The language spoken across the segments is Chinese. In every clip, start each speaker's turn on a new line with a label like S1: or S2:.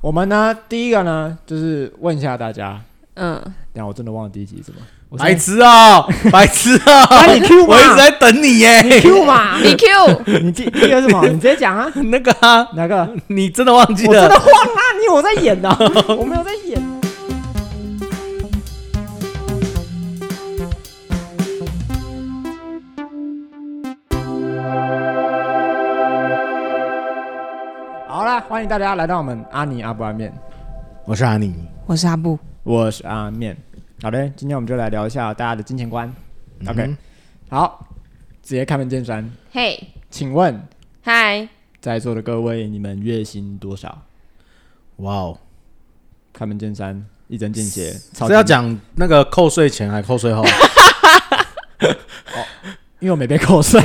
S1: 我们呢，第一个呢，就是问一下大家，
S2: 嗯，
S1: 但我真的忘了第一集是什么。我
S3: 白痴 啊，白痴啊！
S1: 那你 Q 嘛
S3: 我一直在等你耶。
S1: Q 嘛，
S2: 你 Q
S1: 你第第一个是什 么？你 直接讲 啊，
S3: 那个啊，
S1: 哪个？
S3: 你真的忘记
S1: 我真的
S3: 了？
S1: 忘了，你以为我在演呢、啊 我没有在演。好啦，欢迎大家来到我们阿尼阿布阿面，
S3: 我是阿尼，
S2: 我是阿布，
S1: 我是阿面。好的，今天我们就来聊一下大家的金钱观。OK，
S3: 嗯
S1: 好，直接开门见山，
S2: 嘿，
S1: 请问
S2: 嗨，
S1: 在座的各位，你们月薪多少？
S3: 哇哦，
S1: 开门见山，一针见血。超
S3: 是要
S1: 级，
S3: 讲那个扣税前还扣税后？
S1: 因为我没被扣税。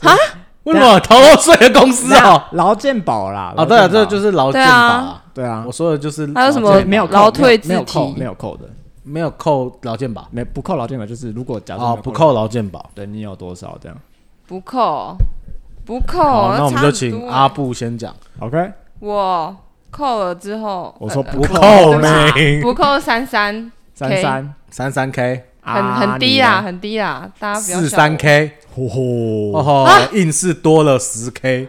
S3: 为什么
S2: 啊
S3: 逃漏税的公司哦？
S1: 劳健保啦。
S3: 哦，对啊，这就是是劳健
S2: 对
S3: 保
S2: 啊
S3: 啊。
S1: 对啊
S3: 我，说的就是
S2: 还有什么
S3: 劳
S1: 所
S3: 健
S1: 以没有扣
S2: 劳退自提
S1: 没有扣，没有扣的，
S3: 没有扣劳健保
S1: 没不扣劳健保，就是如果假设
S3: 哦，
S1: 没有
S3: 不，扣劳健保。
S1: 对你有多少这样
S2: 不扣，不扣，
S3: 好，那我们
S2: 哦差
S3: 就
S2: 很
S3: 请
S2: 多欸
S3: 阿布先讲。
S1: ？OK，
S2: 我扣了之后，
S1: 我说
S2: 呃
S1: 不
S3: 扣
S2: 对
S3: 没
S2: 不扣三三，
S1: 三三，啊
S3: 三三 K，
S2: 很很低啊啦，，很低啦，大家不要
S3: 啊四
S2: 笑啊
S3: 三
S2: 我。
S3: K，
S1: 嚯嚯，
S3: 哦吼，硬是多了十 K。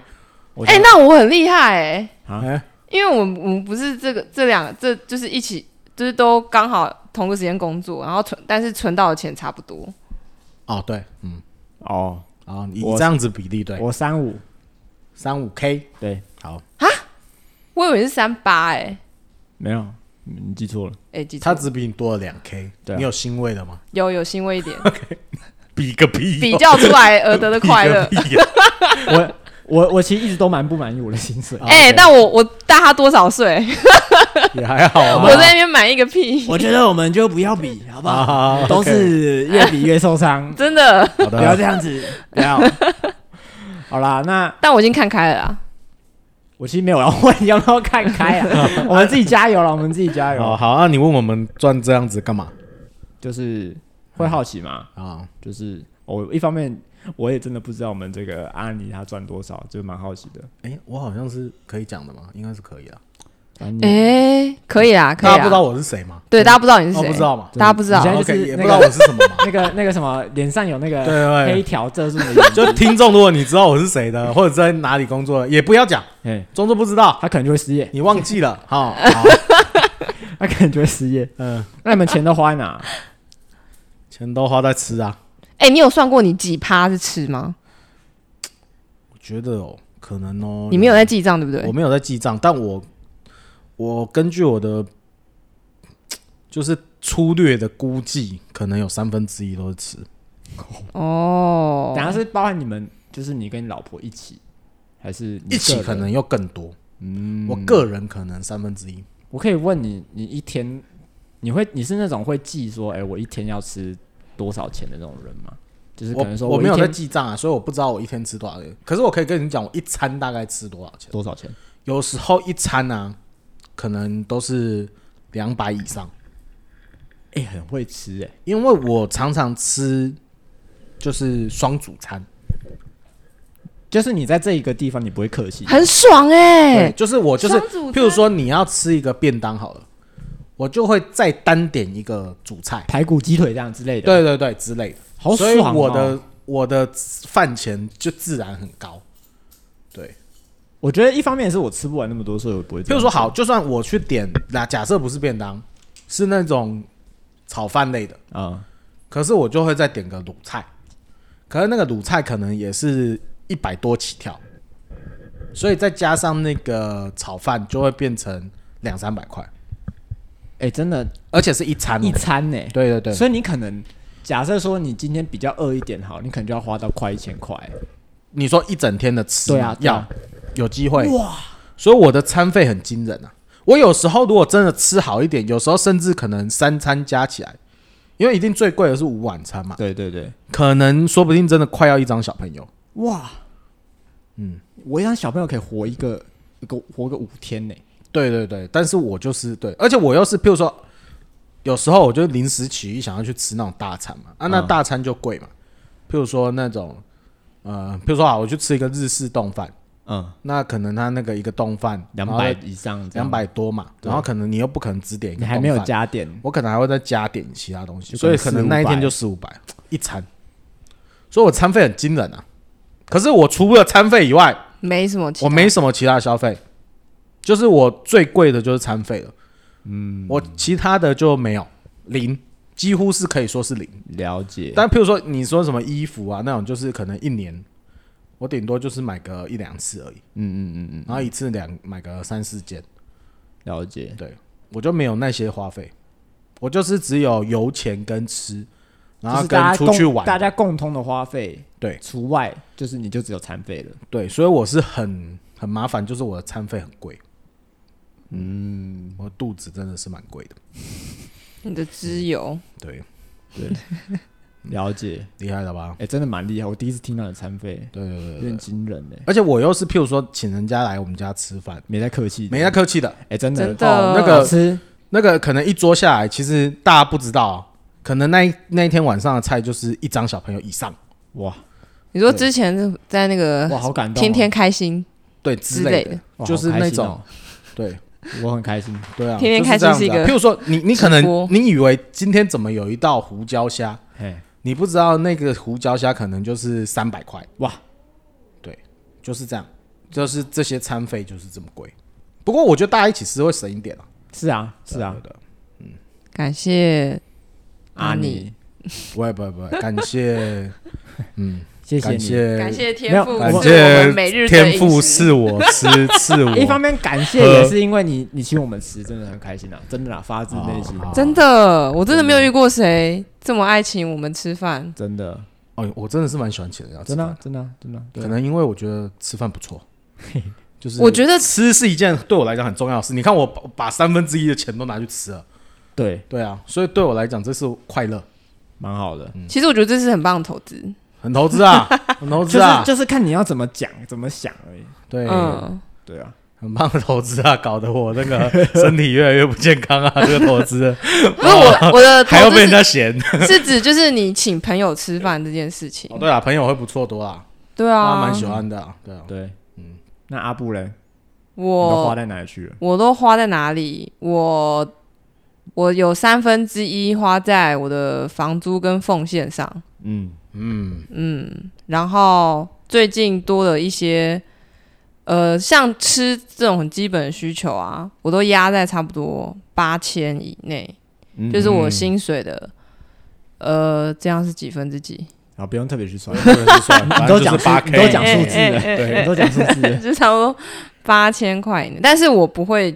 S1: 我觉
S2: 哎，
S1: 得
S2: 那我很厉害哎，
S1: 啊
S3: 哎，
S2: 因为我们我们不是这个这两这就是一起就是都刚好同个时间工作，然后存但是存到的钱差不多。
S3: 哦对，嗯，
S1: 哦，
S3: 啊，你
S1: 我
S3: 这样子比例对，
S1: 我三五，
S3: 三五 K，
S1: 对，
S3: 好，
S2: 我以为是三八哎
S1: 没有，你记 错了，
S2: 哎，记
S3: 他
S2: 错
S3: 只比你多了两 K，
S1: 对啊
S3: 你有欣慰了吗？
S2: 有有欣慰一点，
S3: 比个屁哦，
S2: 比较出来而得的快乐。
S3: 比个屁哦
S1: 我我我其实一直都蛮不满意我的薪水，
S3: 啊
S2: 哎、
S3: OK
S2: 但我我大他多少岁？
S3: 也还好啊，
S2: 我在那边满一个屁，
S1: 我觉得我们就不要比，好不
S3: 啊
S1: 好？
S3: 好，
S1: 都是越比越受 伤，
S2: 真的。
S3: 好
S1: 不要这
S3: 的，
S1: 样子，不要。啊好啦，那
S2: 但我已经看开了啦。
S1: 我其实没有要问， 要不要看开啊？ 我们自己加油了，我们自己加
S3: 哦
S1: 油。
S3: 好，那你问我们赚这样子干嘛
S1: 就是会好奇嘛，
S3: 啊？
S1: 就是我、一方面我也真的不知道我们这个阿尼他赚多少，就蛮好奇的。
S3: 哎，我好像是可以讲的吗？应该是可以啊的。
S1: 哎、
S2: 哎、可以啦，可以啊啦。
S3: 大家不知道我是谁吗？
S2: 对，大家不知道你是
S3: 哦
S2: 谁、
S3: 不知道嘛
S2: 大家不知道
S1: 你现。在就是
S3: OK，也
S1: 那
S3: 不
S1: 个
S3: 知道我是什么 嘛。
S1: 那个那个什么，脸上有那
S3: 对对
S1: 个
S3: 对
S1: 黑条遮住你的眼睛，
S3: 就听众，如果你知道我是谁的， 或者在哪里工作的，也不要讲，
S1: 哎、
S3: 装作不知道，
S1: 他可能就会失业，
S3: 你忘记了。好， 好，
S1: 他可能就会失业。
S3: 嗯，
S1: 那你们钱都花在哪？
S3: 钱都花在吃啊。
S2: 哎、你有算过你几趴是吃吗？
S3: 我觉得哦，可能哦，
S2: 你没有在记账对不对
S3: 我？没有在记账，但我我根据我的就是粗略的估计，可能有三分之一都是吃。
S2: 哦
S1: 等，下是包含你们，就是你跟你老婆一起，还是你
S3: 一起
S1: 个人
S3: 可？能又更多。
S1: 嗯，
S3: 我个人可能三分之一，
S1: 我可以问你，你一天你会你是那种会记说，哎、我一天要吃多少钱的那种人吗？就是可
S3: 我
S1: 能说
S3: 我
S1: 一
S3: 没有在
S1: 天
S3: 记账啊，所以我不知道我一天吃多少钱。可是我可以跟你讲，我一餐大概吃多少钱。
S1: 多少钱？
S3: 有时候一餐啊，可能都是两百以上，
S1: 哎、很会吃哎、
S3: 因为我常常吃就是双主餐，
S1: 就是你在这一个地方你不会客气，
S2: 很爽哎、
S3: 对，就是我就是，
S2: 双主餐
S3: 譬如说你要吃一个便当好了，我就会再单点一个主菜，
S1: 排骨、鸡腿这样之类的，，
S3: 对对对之类的，
S1: 好
S3: 所以
S1: 爽、哦。
S3: 我的我的饭钱就自然很高，对。
S1: 我觉得一方面是我吃不完那么多，所以我不会。
S3: 譬如说，，好，就算我去点，那假设不是便当，是那种炒饭类的，
S1: 啊、
S3: 可是我就会再点个卤菜，可是那个卤菜可能也是一百多起跳，所以再加上那个炒饭就会变成两三百块，
S1: 哎、真的，
S3: 而且是一餐哦、
S1: 一餐呢、
S3: 对对对，
S1: 所以你可能假设说你今天比较饿一点，好，你可能就要花到快一千块。
S3: 你说一整天的吃，
S1: 对啊对
S3: 要
S1: 啊
S3: 有机会
S1: 哇！
S3: 所以我的餐费很惊人啊。我有时候如果真的吃好一点，有时候甚至可能三餐加起来，因为一定最贵的是午晚餐嘛，
S1: 对对对，
S3: 可能说不定真的快要一张小朋友。
S1: 哇，嗯，我一让小朋友可以活一个一个活个五天呢、
S3: 对对对，但是我就是对，而且我又是，譬如说，有时候我就临时起意想要去吃那种大餐嘛，啊，那
S1: 嗯
S3: 大餐就贵嘛。譬如说那种，呃，譬如说啊，我去吃一个日式冻饭，
S1: 嗯，
S3: 那可能他那个一个冻饭
S1: 两百以上这样，
S3: 两百多嘛，
S1: 对
S3: 然后可能你又不可能只点一个，
S1: 你还没有，加点，
S3: 我可能还会再加点其他东西，
S1: 就
S3: 所以可
S1: 可能
S3: 能
S1: 400
S3: 那一天就四五百一餐，所以我餐费很惊人啊。可是我除了餐费以外，
S2: 没什么其他
S3: 我没什么其他消费，就是我最贵的就是餐费了，嗯，我其他的就没有零，几乎是可以说是零。
S1: 了解。
S3: 但譬如说你说什么衣服啊那种，就是可能一年我顶多就是买个一两次而已，
S1: 嗯嗯嗯
S3: 然后一次两买个三四件，
S1: 嗯，了解。
S3: 对我就没有那些花费，我就是只有油钱跟吃，然后
S1: 就是大
S3: 跟
S1: 家
S3: 出去
S1: 共
S3: 玩，
S1: 大家共同的花费
S3: 对
S1: 除外，就是你就只有餐费了。
S3: 对，所以我是很很麻烦，就是我的餐费很贵，嗯，我肚子真的是蛮贵的，
S2: 你的汁油，
S3: 对，
S1: 了解，
S3: 厉害了吧？
S1: 哎，真的蛮厉害，我第一次听到你的餐费，
S3: 对对对
S1: 有
S3: 对
S1: 点惊人哎，
S3: 而且我又是譬如说请人家来我们家吃饭，
S1: 没在客气，
S3: 没那客气的，
S1: 哎，真的
S2: 真的
S1: 哦
S3: 那个
S1: 好吃
S3: 那个可能一桌下来，其实大家不知道啊、可能那一那一天晚上的菜就是一张小朋友以上，
S1: 哇
S2: 你说之前是在那个
S1: 哇，好感动哦，
S2: 天天开心
S3: 对
S2: 之
S3: 之
S2: 类
S3: 类
S2: 的
S3: 的，，
S1: 哇
S3: 呃就是
S1: 好开
S3: 那
S1: 心
S3: 种
S1: 哦
S3: 对
S1: 我很开心，
S3: 对啊，
S2: 天天
S3: 就是
S2: 开
S3: 这
S2: 心是
S3: 样
S2: 一
S3: 子啊
S2: 个
S3: 譬如说你你可
S2: 直播
S3: 能你以为今天怎么有一道胡椒虾，
S1: 嘿，
S3: 你不知道那个胡椒虾可能就是三百块，
S1: 哇，
S3: 对，就是这样，就是这些餐费就是这么贵。不过我觉得大家一起吃会省一点啊，
S1: 是啊是啊
S3: 对，的，
S2: 感谢
S1: 阿
S2: 阿
S1: 尼，
S3: 不会不会不会，感谢，嗯，
S1: 谢谢
S3: 感
S1: 你。
S3: 谢
S2: 感谢
S1: 没
S2: 天
S1: 有
S2: 赋，
S3: 感
S1: 我
S3: 谢
S2: 每日的
S3: 天
S2: 饮
S3: 赋
S2: 食
S3: 是我 吃，是我
S1: 一方面感谢也是因为你，你请我们吃，真的很开心啊，真的啦，发自内心，
S3: 哦
S2: 真的，我真的没有遇过谁这么爱请我们吃饭。
S1: 真的，
S3: 哦，我真的是蛮喜欢请人家吃
S1: 真的啊
S3: 饭，，
S1: 真的啊，真的啊，对
S3: 可
S1: 啊
S3: 能因为我觉得吃饭 不错，就是
S2: 我觉得
S3: 吃是一件对我来讲很重要的事。你看我把把三分之一的钱都拿去吃了，
S1: 对，
S3: 对啊，所以对我来讲这是快乐，
S1: 蛮好的，
S3: 嗯
S2: 其实我觉得这是很棒的投资。
S3: 很投 资啊，很投
S1: 就
S3: 资
S1: 是
S3: 啊，
S1: 就是看你要怎么讲怎么想而已，
S3: 对，
S2: 嗯，
S1: 对啊，
S3: 很棒的投资啊，搞得我那个 身体越来越不健康啊， 这个投资
S2: 不是我我的
S3: 还
S2: 投
S3: 要被
S2: 资
S3: 人家嫌。
S2: 是是指就是你请朋友吃饭这件事情
S3: 哦，。对啊，朋友会不错多啦，
S2: 对
S3: 他
S2: 啊
S3: 蛮，喜欢的啊，对啊，
S1: 对，嗯，那阿布嘞，你都花
S2: 我
S1: 在哪里去了？
S2: 我都花在哪里？我我有三分之一花在我的房租跟奉献上。
S1: 嗯，
S3: 嗯，
S2: 然后最近多了一些，呃，像吃这种很基本的需求啊，我都压在差不多八千以内，
S1: 嗯
S2: 就是我薪水的，呃，这样是几分之几？
S1: 好，不用特别去 算，
S3: 这个是算，
S1: 你
S3: 反
S1: 都
S3: 正
S1: 讲
S3: 就是八 K，
S1: 你都讲数字
S2: 哎哎
S1: 了，
S2: 哎
S1: 对，你都讲数字了，
S2: 就差不多八千块以内，但是我不会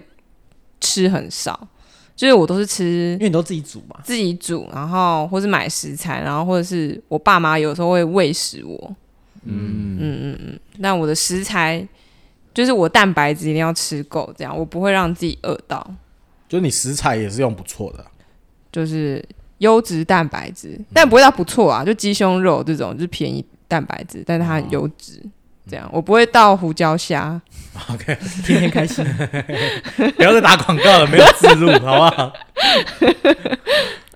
S2: 吃很少，就是我都是吃
S1: 因为你都自己煮嘛，
S2: 自己煮，然后或是买食材，然后或者是我爸妈有时候会喂食我，
S3: 嗯，
S2: 那我的食材就是我蛋白质一定要吃够，这样我不会让自己饿到，
S3: 就你食材也是用不错的啊，
S2: 就是优质蛋白质，但不会到不错啊，就鸡胸肉这种就是便宜蛋白质，但是它很优质，这样我不会到胡椒虾，
S1: 天天开心，
S3: 不要再打广告了，没有自入，好不 好？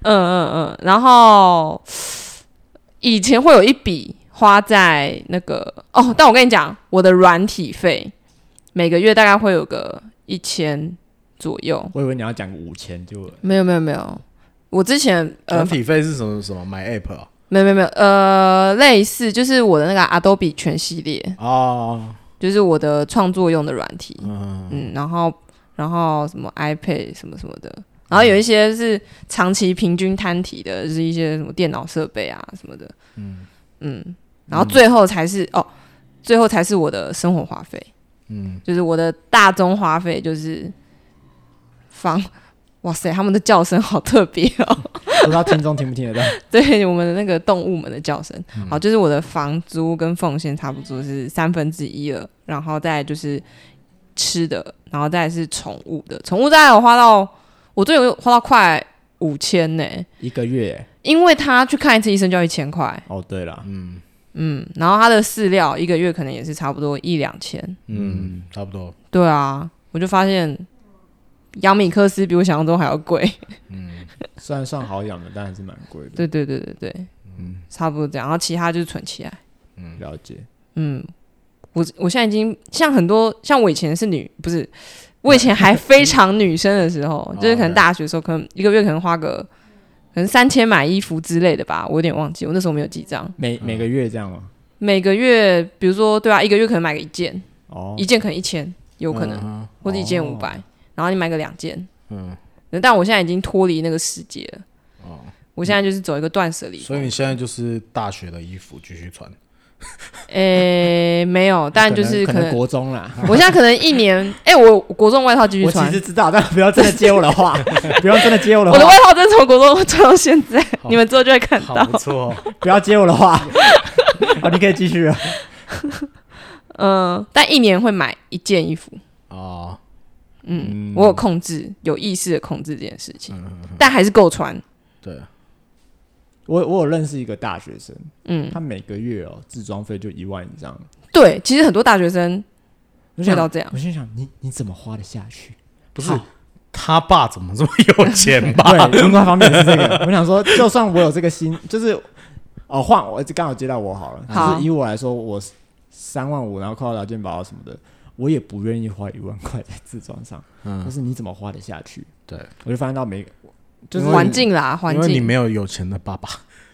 S2: 嗯嗯嗯，然后以前会有一笔花在那个哦，但我跟你讲，我的软体费每个月大概会有个一千左右，
S1: 我以为你要讲五千，就
S2: 没有没有没有，我之前呃
S1: 嗯
S3: 团体费是什么什么买 app 啊？
S2: 没有没有没有，呃，类似就是我的那个 Adobe 全系列，
S3: 哦，
S2: 就是我的创作用的软体，
S3: 嗯，
S2: 嗯，然后然后什么 iPad 什么什么的，然后有一些是长期平均摊体的，就是一些什么电脑设备啊什么的，嗯嗯，然后最后才是、哦，最后才是我的生活花费，嗯，就是我的大宗花费就是房，哇塞，他们的叫声好特别哦，
S1: 不知道听众听不听得到，
S2: 对我们的那个动物们的叫声。好，就是我的房租跟奉献差不多是三分之一了，然后再来就是吃的，然后再来是宠物的，宠物大概有花到我最有花到快五千呢，
S1: 一个月，
S2: 因为它去看一次医生就要一千块，
S1: 哦，对了，
S2: 嗯，然后它的饲料一个月可能也是差不多一两千，
S3: 嗯，差不多。
S2: 对啊，我就发现养米克斯比我想象中还要贵。
S1: 虽然算好养的，但还是蛮贵的，
S2: 对对对对对，嗯，差不多这样。然后其他就是存起来。
S1: 了解，
S2: 嗯，我我现在已经像很多像我以前是女，不是我以前还非常女生 的时
S1: 哦
S2: 候，就是可能大学的时候，可能一个月可能花个可能三千买衣服之类的吧，我有点忘记，我那时候没有记账。
S1: 每每个月这样吗？
S2: 每个月，比如说对啊，一个月可能买个一件，
S1: 哦，
S2: 一件可能一千，有可能、
S3: 嗯
S2: 或者一件五百、然后你买个两件。
S3: 嗯，
S2: 但我现在已经脱离那个世界了，
S3: 哦
S1: 嗯
S2: 我现在就是走一个断舍离。
S3: 所以你现在就是大学的衣服继续穿，
S2: 诶、没有，但就是
S1: 可
S2: 可
S1: 能
S2: 能，
S1: 国中啦。
S2: 我现在可能一年，诶、我我国中外套继续
S1: 我其
S2: 穿，
S1: 实知道，但不要真的接我的 话，不要真的接我的
S2: 我的
S1: 话
S2: 外，套真的从国中穿到现在，你们之后就会看
S3: 好
S2: 到。
S3: 不错哦，
S1: 不要接我的 话。好，你可以继续啊了。
S2: 嗯，但一年会买一件衣服，
S3: 哦，
S2: 嗯，我有控制，有意识的控制这件事
S3: 嗯
S2: 情，但还是够穿，
S3: 对，
S1: 我我有认识一个大学生，
S2: 嗯，
S1: 他每个月哦自装费就一万以上，
S2: 对，其实很多大学生
S1: 我
S2: 会
S1: 想
S2: 到这样，
S1: 我心想你你怎么花得下去？
S3: 不是
S1: 好
S3: 他爸怎么这么有钱吧？
S1: 对，另外一方面也是这个。我想说，就算我有这个心， 就是哦，换我刚好接到我好了，
S2: 好
S1: 就是以我来说，我三万五，然后扣到劳健保什么的，我也不愿意花一万块在自装上。
S3: 嗯
S1: 但是你怎么花得下去？
S3: 对，
S1: 我就发现到每
S3: 就是
S2: 环境啦，环
S3: 因为你
S2: 境。
S3: 没有有钱的爸爸，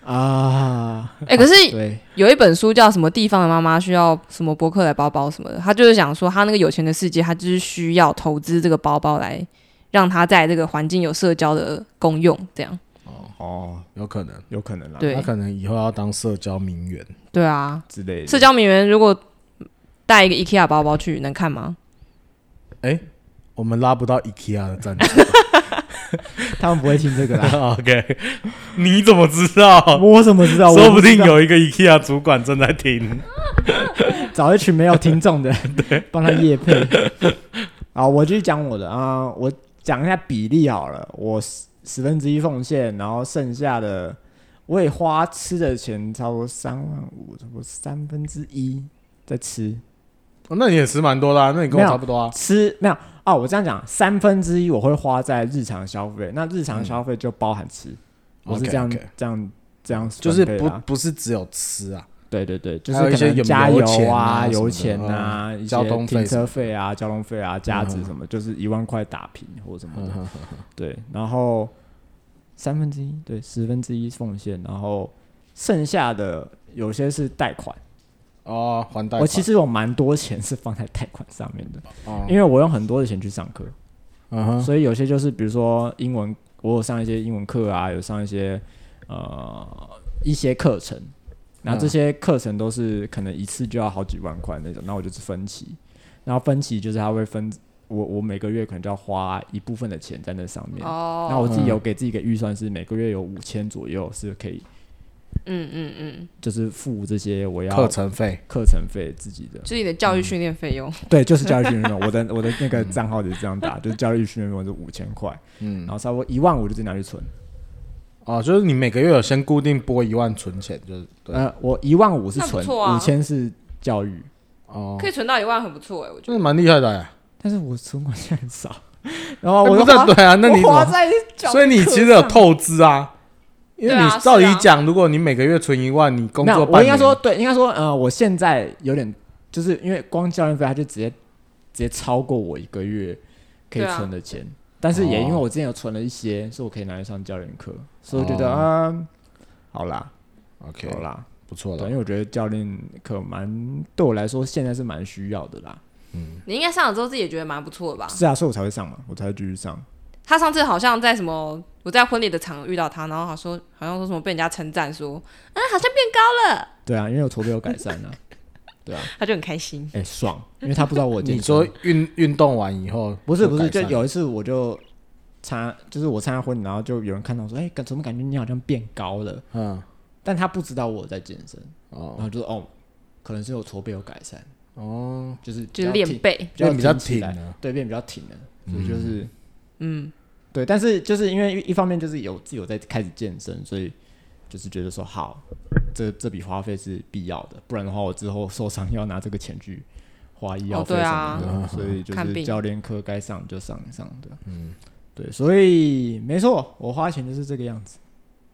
S1: 啊，
S2: 哎、可是
S1: 对，
S2: 有一本书叫什么地方的妈妈需要什么博客来包包什么的，他就是想说他那个有钱的世界，他就是需要投资这个包包来让他在这个环境有社交的功用，这样
S3: 嗯
S1: 哦，
S3: 有可能，
S1: 有可能啦，
S2: 对
S3: 他可能以后要当社交名媛，
S2: 对啊。
S1: 之类的。
S2: 社交名媛如果带一个 IKEA 包包去，能看吗？
S3: 哎，我们拉不到 IKEA 的赞助
S1: 他们不会听这个啦。
S3: ，OK？你怎么知道？
S1: 我怎么知道？
S3: 说不定
S1: 我知道
S3: 有一个 IKEA 主管正在听，
S1: 找一群没有听 众的，对，帮他夜配。好，我继续讲我的啊、我讲一下比例好了，我十十分之一奉献，然后剩下的我也花吃的钱差不多三万五，差不多三分之一在吃
S3: 哦那你也吃蛮多的啊，那你跟
S1: 没
S3: 我
S1: 有
S3: 差不多啊，
S1: 吃没有哦，我这样讲，三分之一我会花在日常消费，那日常消费就包含吃，我是这样
S3: 嗯 OK，OK
S1: 这样这样分
S3: 就是
S1: 配
S3: 不
S1: 啦
S3: 不是只有吃啊，
S1: 对对对，就
S3: 还有
S1: 是
S3: 一些
S1: 可能
S3: 有
S1: 加
S3: 油
S1: 油
S3: 钱
S1: 啊、
S3: 啊什么
S1: 油
S3: 的
S1: 钱啊、
S3: 嗯
S1: 一些
S3: 交
S1: 停
S3: 通费什么嗯
S1: 车费啊、交通费啊、价值什么，就是一万块打平或什么的。对，然后三分之一，对，十分之一奉献，然后剩下的有些是贷款。
S3: 哦，还贷款，
S1: 我其实有蛮多钱是放在贷款上面的，
S3: 哦，
S1: 因为我用很多的钱去上课，
S3: 嗯哼，
S1: 所以有些就是比如说英文，我有上一些英文课啊，有上一些呃一些课程，然后这些课程都是可能一次就要好几万块那种，那我就是分期，然后分期就是他会分我我每个月可能就要花一部分的钱在那上面，
S2: 哦
S1: 那我自己有给自己一个预算是每个月有五千左右是可以
S2: 嗯嗯嗯，
S1: 就是付这些我要
S3: 课程费，
S1: 课程费自己的，
S2: 自己的教育训练费用。
S3: 哦
S1: 对，就是教育 训练费，我的我的那个账号就是这样打，就是教育训练费我是五千块，
S3: 嗯
S1: 然，后差不多一万五就自己拿去存。
S3: 哦，就是你每个月有先固定拨一万存钱，就是对，
S1: 呃，我一万五是
S2: 那不
S1: 存，
S2: 错啊
S1: 五千、是教育，
S3: 哦
S2: 可，以存到一万，很不错哎、我觉
S3: 就是蛮厉害的欸，
S1: 但是我存款现在很少， 然后哦我
S3: 哎
S1: 就
S3: 不是
S1: 花，
S3: 对啊，那你怎
S1: 我花
S3: 么？
S1: 在教
S3: 所以你
S1: 课
S3: 其实有
S1: 上
S3: 透支啊，因为
S2: 对
S3: 你
S2: 啊是
S3: 照理
S2: 啊
S3: 讲，如果你每个月存一万，你工
S1: 没有，
S3: 作
S1: 我
S3: 半
S1: 应该
S3: 年，
S1: 说对，应该说呃，我现在有点就是因为光教练费，他就直接直接超过我一个月可以
S2: 对啊
S1: 存的钱，但是也因为
S3: 哦
S1: 我之前有存了一些，所以我可以拿去上教练课，所以我觉得
S3: 哦
S1: 啊、好啦，
S3: OK，
S1: 好啦，
S3: 不错
S1: 对，
S3: 了
S1: 因，为我觉得教练课蛮对我来说现在是蛮需要的啦，
S2: 得你应该上了之后自己也觉得蛮不错的吧？
S1: 是啊，所以我才会上嘛，我才会继续上。
S2: 他上次好像在什么，我在婚礼的场合遇到他，然后他说好像说什么被人家称赞说，嗯，好像变高了，
S1: 对啊，因为我驼背有改善啊，对啊，
S2: 他就很开心。
S1: 哎、爽，因为他不知道我健
S3: 你
S1: 身
S3: 说运运动完以后，
S1: 不是不是，
S3: 改
S1: 就
S3: 善
S1: 有一次我就参，就是我参加婚礼，然后就有人看到我说，哎、感怎么感觉你好像变高了？
S3: 嗯
S1: 但他不知道我有在健身，然
S3: 哦
S1: 后就说哦，可能是有驼背有改善，
S3: 哦，
S1: 就是比
S2: 就是
S1: 较
S2: 练
S1: 挺，
S2: 背，
S1: 比较
S3: 变比较
S1: 起来
S3: 挺了，
S1: 对，变比较挺了，所以就是。
S2: 嗯，
S1: 对，但是就是因为一方面就是有自己有在开始健身，所以就是觉得说好，这这笔花费是必要的，不然的话我之后受伤要拿这个钱去花医药
S2: 哦
S1: 费
S2: 对
S1: 什
S2: 啊
S1: 么的，
S3: 嗯
S1: 所以就
S2: 看
S1: 是
S2: 病
S1: 教练课该上就上一上的，嗯，对，所以没错，我花钱就是这个样子，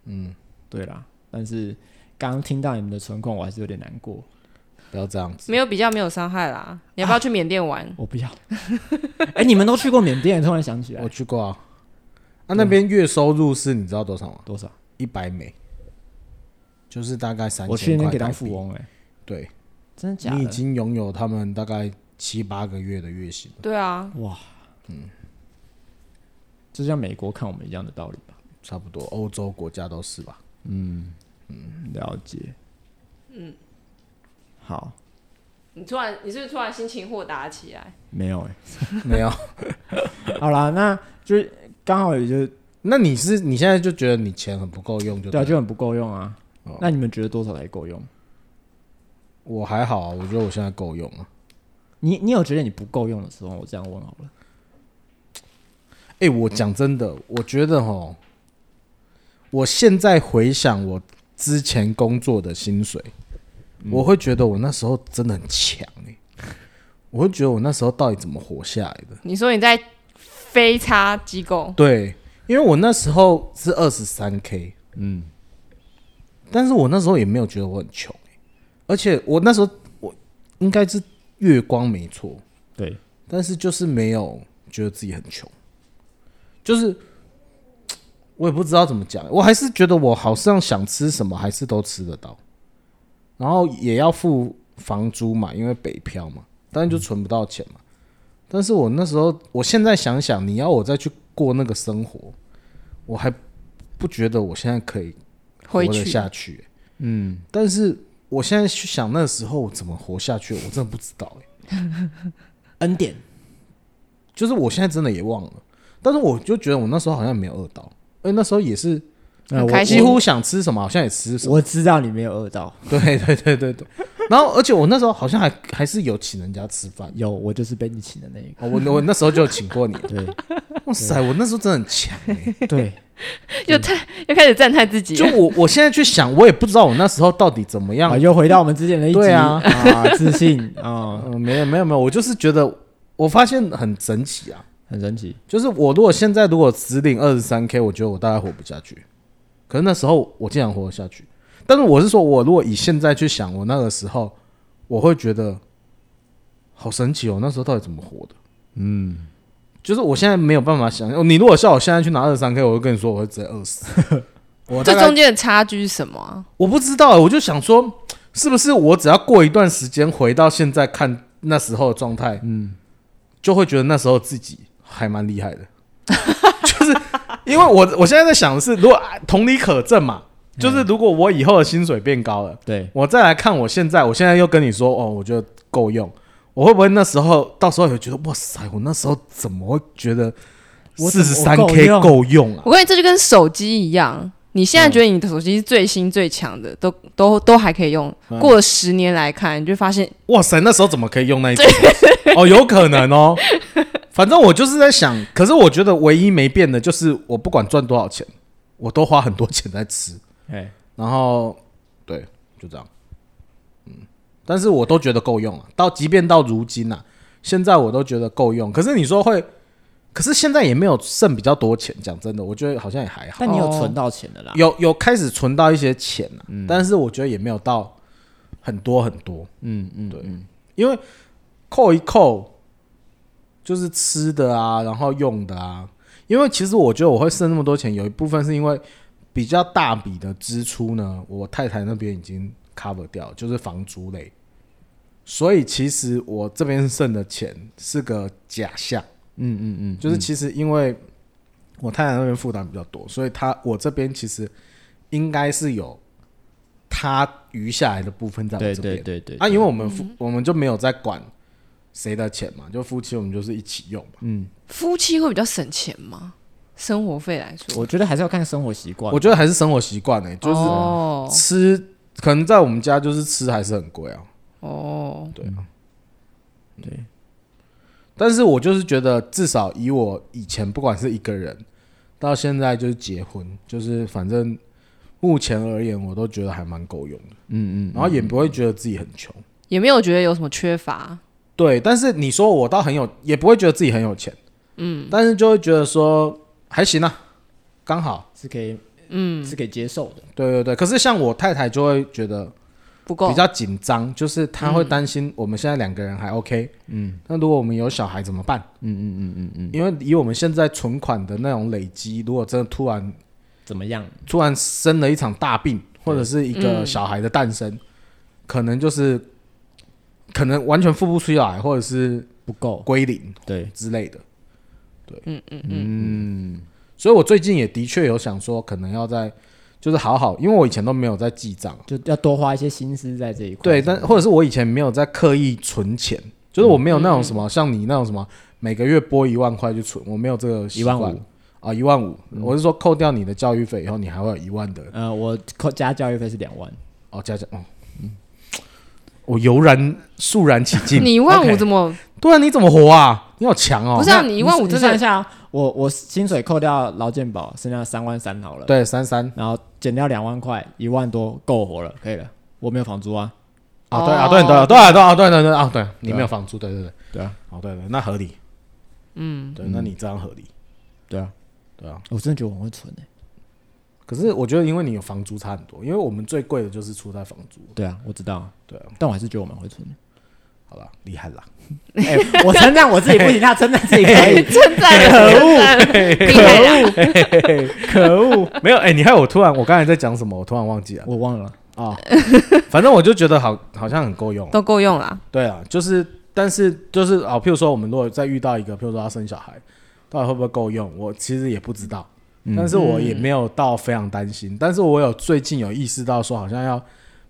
S3: 嗯，
S1: 对啦，但是刚刚听到你们的存款，我还是有点难过，
S3: 不要这样子。
S2: 没有比较，没有伤害 啦。你要不要去缅甸玩？
S1: 我不 要。哎，你们都去过缅甸？突然想起来
S3: 我，去过啊，啊那边月收入是你知道多少吗？
S1: 多少？
S3: 一百美，就是大概三
S1: 我去
S3: 千
S1: 那边
S3: 块
S1: 给
S3: 台
S1: 当
S3: 币。
S1: 富翁哎，
S3: 对
S1: 真的假
S3: 你已
S1: 的？
S3: 经拥有他们大概七八个月的月薪了，
S2: 对啊，
S1: 哇，嗯，这就像美国看我们一样的道理吧？
S3: 差不多欧洲国家都是吧？
S1: 了解。嗯，好，
S2: 你突然，你是不是突然心情豁达起来？
S1: 没有哎。
S3: 没有，
S1: 好啦，那就是刚好也就
S3: 那你是你现在就觉得你钱很不够用就
S1: 对啊，
S3: 了
S1: 就很不够用啊
S3: 哦。
S1: 那你们觉得多少才够用？
S3: 我还好啊，我觉得我现在够用啊。
S1: 你你有觉得你不够用的时候，我这样问好了。
S3: 哎、我讲真的，我觉得哦，我现在回想我之前工作的薪水，
S1: 嗯
S3: 我会觉得我那时候真的很强哎、我会觉得我那时候到底怎么活下来的？
S2: 你说你在非差机构，
S3: 对，因为我那时候是二十三 k，
S1: 嗯，
S3: 但是我那时候也没有觉得我很穷、欸，而且我那时候我应该是月光没错，
S1: 对，
S3: 但是就是没有觉得自己很穷，就是我也不知道怎么讲，我还是觉得我好像想吃什么还是都吃得到，然后也要付房租嘛，因为北漂嘛，当然就存不到钱嘛。但是我那时候，我现在想想，你要我再去过那个生活，我还不觉得我现在可以活
S2: 回
S3: 得
S2: 去
S3: 下去欸、
S1: 嗯，
S3: 但是我现在去想那时候我怎么活下去，我真的不知道、欸、
S1: 恩典，
S3: 就是我现在真的也忘了，但是我就觉得我那时候好像没有饿到，而且那时候也是
S1: 那
S2: 很
S1: 我
S2: 开心
S3: 几乎想吃什么好像也吃什么，
S1: 我知道你没有饿到，
S3: 对对对对对。然后而且我那时候好像还还是有请人家吃饭，
S1: 有我就是被你请的那一
S3: 哦我我那时候就有请过你，
S1: 个，
S3: 哇塞，我那时候真的很强
S1: 对
S3: 欸
S1: 对，
S2: 又太又开始赞叹自己
S3: 就
S2: 了。
S3: 我我现在去想，我也不知道我那时候到底怎么样
S1: 啊，又回到我们之前的一集
S3: 对啊
S1: 自信啊，
S3: 嗯，没有没有没有，我就是觉得我发现 很神奇啊，
S1: 很神奇，
S3: 就是我如果现在如果只领二十三 k，我觉得我大概活不下去。可是那时候我竟然活得下去，但是我是说，我如果以现在去想，我那个时候我会觉得好神奇哦，那时候到底怎么活的？
S1: 嗯，
S3: 就是我现在没有办法想象。你如果叫我现在去拿二十三 k，我会跟你说我会直接 饿死。我大
S2: 这
S3: 概
S2: 中间的差距是什么啊、
S3: 我不知道，我就想说，是不是我只要过一段时间回到现在看那时候的状态，嗯，就会觉得那时候自己还蛮厉害的， 就是因为我我现在在想的是，如果啊同理可证嘛，
S1: 嗯
S3: 就是如果我以后的薪水变高了，
S1: 对，
S3: 我再来看我现在，我现在又跟你说，哦，我觉得够用，我会不会那时候到时候有觉得，哇塞，我那时候怎么会觉得
S1: 我
S3: 四十三
S1: 我够
S3: k
S1: 用
S3: 够用啊？
S2: 我跟你这就跟手机一样，你现在
S3: 嗯
S2: 觉得你的手机是最新最强的，都都都还可以用。
S3: 嗯
S2: 过了十年来看，你就发现
S3: 哇塞，那时候怎么可以用那一种？ 哦，有可能哦。反正我就是在想，可是我觉得唯一没变的就是，我不管赚多少钱，我都花很多钱在吃，
S1: 哎，
S3: 然后对，就这样。嗯，但是我都觉得够用了、到即便到如今啊，现在我都觉得够用。可是你说会，可是现在也没有剩比较多钱。讲真的，我觉得好像也还好，
S1: 但你有存到钱的啦，
S3: 有有开始存到一些钱了、但是我觉得也没有到很多很多。
S1: 嗯嗯，
S3: 对，因为扣一扣，就是吃的啊，然后用的啊。因为其实我觉得我会剩那么多钱，有一部分是因为比较大笔的支出呢，我太太那边已经 cover 掉，就是房租类。所以其实我这边剩的钱是个假象，
S1: 嗯嗯嗯，
S3: 就是其实因为我太太那边负担比较多，所以她我这边其实应该是有她余下来的部分在我
S1: 对
S3: 这边
S1: 对。对对，
S3: 啊，因为我们夫、我们就没有在管谁的钱嘛，就夫妻我们就是一起用嘛。
S1: 嗯，
S2: 夫妻会比较省钱吗？生活费来说，
S1: 我觉得还是要看生活习惯
S3: 我，觉得还是生活习惯呢，就是啊
S2: 哦
S3: 吃，可能在我们家就是吃还是很贵啊，
S2: 哦，
S3: 对啊，
S1: 对。
S3: 但是我就是觉得，至少以我以前不管是一个人，到现在就是结婚，就是反正目前而言，我都觉得还蛮够用的，
S1: 嗯嗯，
S3: 然后也不会觉得自己很穷。
S2: 也没有觉得有什么缺乏。
S3: 对，但是你说我倒很有，也不会觉得自己很有钱，嗯，但是就会觉得说还行啊，刚好，
S1: 是可以，嗯，是可以接受的，
S3: 对对对。可是像我太太就会觉得，
S2: 不够
S3: 比，较紧张，就是他会担心我们现在两个人还 OK，嗯，那如果我们有小孩怎么办？
S1: 嗯嗯嗯嗯嗯，
S3: 因为以我们现在存款的那种累积，如果真的突然
S1: 怎么样？
S3: 突然生了一场大病，或者是一个
S2: 嗯
S3: 小孩的诞生，可能就是可能完全付不出来，或者是
S1: 不够，
S3: 归零
S1: 对，
S3: 之类的。对，
S2: 嗯
S3: 嗯嗯所以我最近也的确有想说，可能要在就是好好，因为我以前都没有在记账，
S1: 就要多花一些心思在这一块。
S3: 对，但或者是我以前没有在刻意存钱，就是我没有
S2: 嗯
S3: 那种什么、像你那种什么每个月拨一万块去存，我没有这个习惯
S1: 一万五
S3: 啊，一万五，
S2: 嗯
S3: 我是说扣掉你的教育费以后，你还会有一万的
S1: 呃，我扣加教育费是两万，
S3: 哦，加加哦，嗯，我油然肃然起 敬，
S2: 你一万五
S3: OK
S2: 怎么
S3: 对啊，你怎么活啊？你好强哦，
S2: 不是啊？你一万五
S1: 你
S2: 真
S1: 算一
S2: 的
S1: 下啊，我我薪水扣掉劳健保，剩下三万三好了。，
S3: 对三三
S1: 然后减掉两万块，一万多够活了，可以了。我没有房租啊，
S3: 啊，
S2: 哦
S3: 对啊，对对啊对啊对啊对啊对啊对啊，对啊你
S1: 对啊
S3: 没有房租，对对对，
S1: 对啊，
S3: 哦对对，那合理，嗯，对，那你这样合理，
S1: 对啊，
S3: 对啊。
S1: 我真的觉得我很会存欸诶、
S3: 可是我觉得，因为你有房租差很多，因为我们最贵的就是出在房租，
S1: 对啊，我知道啊，
S3: 对啊，
S1: 但我还是觉得我蛮会存的。
S3: 好了，厉害啦！
S1: 哎、我称赞我自己不行，他称赞自己可 以，
S2: 称赞人，称赞人厉害啦
S1: 可恶，
S3: 没有，哎、你害我突然，我刚才在讲什么，我突然忘记了
S1: 我忘了。
S3: 啊、 反正我就觉得好，好像很够用。
S2: 都够用啦。
S3: 对啊，就是，但是就是啊、譬如说，我们如果再遇到一个，譬如说他生小孩，到底会不会够用？我其实也不知道，
S1: 嗯
S3: 但是我也没有到非常担心。但是我有最近有意识到说，好像要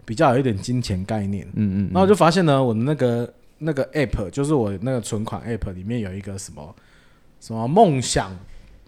S3: 比较有一点金钱概念。
S1: 嗯
S3: 然后我就发现呢，我的那个那个 app，就是我那个存款 app 里面有一个什么什么梦想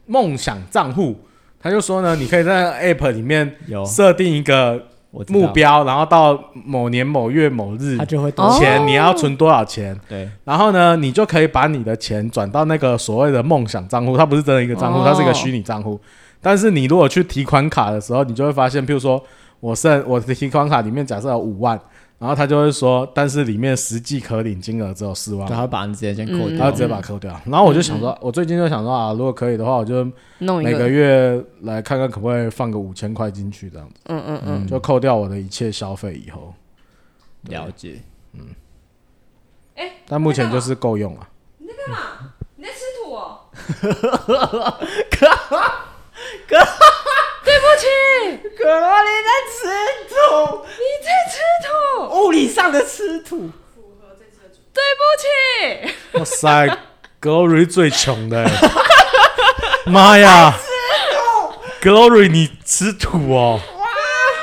S3: 梦想账户，他就说呢，你可以在那个 app 里面
S1: 有
S3: 设定一个
S1: 我知道
S3: 目，标，然后到某年某月某日
S1: 他就会多、
S2: 哦
S3: 前你要存多少钱，
S1: 对，
S3: 然后呢，你就可以把你的钱转到那个所谓的梦想账户，它不是真的一个账户，
S2: 哦
S3: 它是一个虚拟账户。但是你如果去提款卡的时候，你就会发现，譬如说我剩我的提款卡里面假设有五万，然后他就会说，但是里面实际可领金额只有四万
S1: 对，他，会把你之前先扣
S2: 嗯
S1: 掉，
S3: 他就直接把它扣掉。然后我就想说，我最近就想说啊，如果可以的话，我就
S2: 弄一
S3: 每个
S2: 个，
S3: 月来看看可不可以放个五千块进去，这样子
S2: 嗯嗯嗯，
S3: 就扣掉我的一切消费以后，
S1: 了解。
S3: 但目前就是够用了。
S2: 你在吃 土哦？
S1: 可罗琳在吃土，
S2: 你在吃土？
S1: 物理上的吃土。
S2: 对不起，
S3: 哇塞，Glory 最穷 的欸，妈呀！Glory，你吃土哦，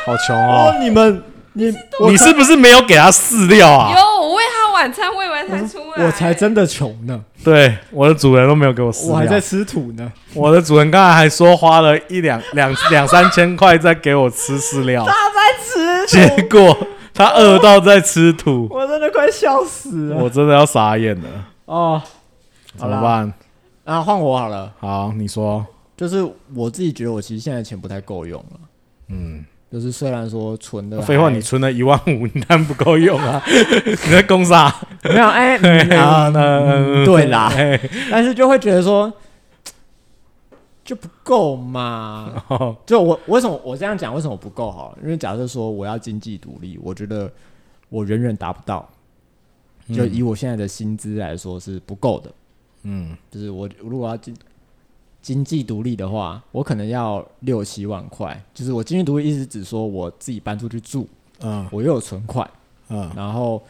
S3: 好穷
S1: 哦
S3: 哦！，
S1: 你们，你
S3: 你是不是没有给他饲料
S2: 有
S3: 啊？
S2: 我喂他晚餐，喂完才出来，
S1: 我才真的穷呢，
S3: 对，我的主人都没有给我饲料。
S1: 我还在吃土呢，
S3: 我的主人刚才还说花了一两两两三千块在给我吃饲料，
S1: 他在
S3: 结
S1: 吃土，
S3: 果他饿到在吃 土，
S1: 我真的快笑死了。
S3: 我真的要傻眼了，
S1: 哦，好
S3: 怎么
S1: 啦，
S3: 办？
S1: 啊，换我好了。
S3: 好，你说，
S1: 就是我自己觉得，我其实现在钱不太够用了。
S3: 嗯，
S1: 就是虽然说存的，
S3: 废话，你存了一万五，你当然不够 用啊，你在攻啥？
S1: 没有 哎嗯啊，嗯对 啦，
S3: 哎
S1: 但是就会觉得说就不够嘛。
S3: 哦
S1: 就我为什么我这样讲，为什么不够好？因为假设说我要经济独立，我觉得我远远达不到，就以我现在的薪资来说是不够的。
S3: 嗯，
S1: 就是我如果要经经济独立的话，我可能要六七万块。就是我经济独立，意思只说我自己搬出去住，
S3: 嗯
S1: 我又有存款，
S3: 嗯
S1: 然后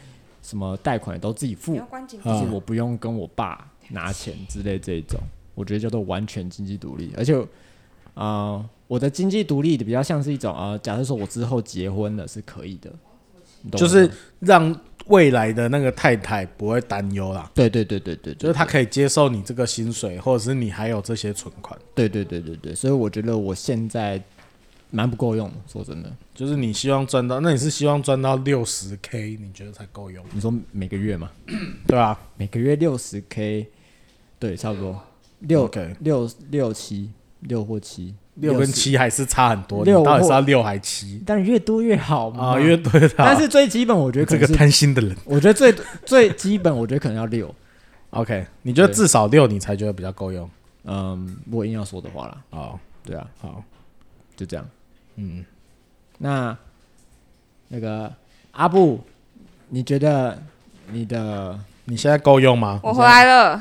S1: 什么贷款也都自己付，
S2: 关紧
S1: 就是
S3: 嗯
S1: 我不用跟我爸拿钱之类这一种，我觉得叫做完全经济独立。而且，啊，我的经济独立的比较像是一种啊、呃假设说我之后结婚了是可以的，你懂我
S3: 就是
S1: 吗
S3: 让未来的那个太太不会担忧啦，
S1: 对对对对对，对
S3: 就是她可以接受你这个薪水，或者是你还有这些存款，
S1: 对对对对对，所以我觉得我现在蛮不够用的，说真的，
S3: 就是你希望赚到，那你是希望赚到六十 K，你觉得才够用，
S1: 你说每个月嘛，
S3: 对吧、啊？
S1: 每个月六十 K，对，差不多六
S3: OK
S1: 六六七六或七
S3: 六跟
S1: 十，
S3: 七还是差很多，你
S1: 六
S3: 到底是
S1: 或
S3: 要六还七
S1: 但越多越好嘛，
S3: 啊？因为对的啊，
S1: 但是最基本，我觉得可
S3: 这
S1: 能
S3: 个
S1: 是
S3: 贪心的人
S1: 我觉得最 最基本，我觉得可能要六。
S3: ，OK，你觉得
S1: 对
S3: 至少六你才觉得比较够用
S1: 嗯，如果硬要说的话啦，
S3: 哦，
S1: 对啊，
S3: 好，
S1: 就这样。
S3: 嗯，
S1: 那那个阿布，你觉得你的
S3: 你现在够用吗？
S2: 我回来了，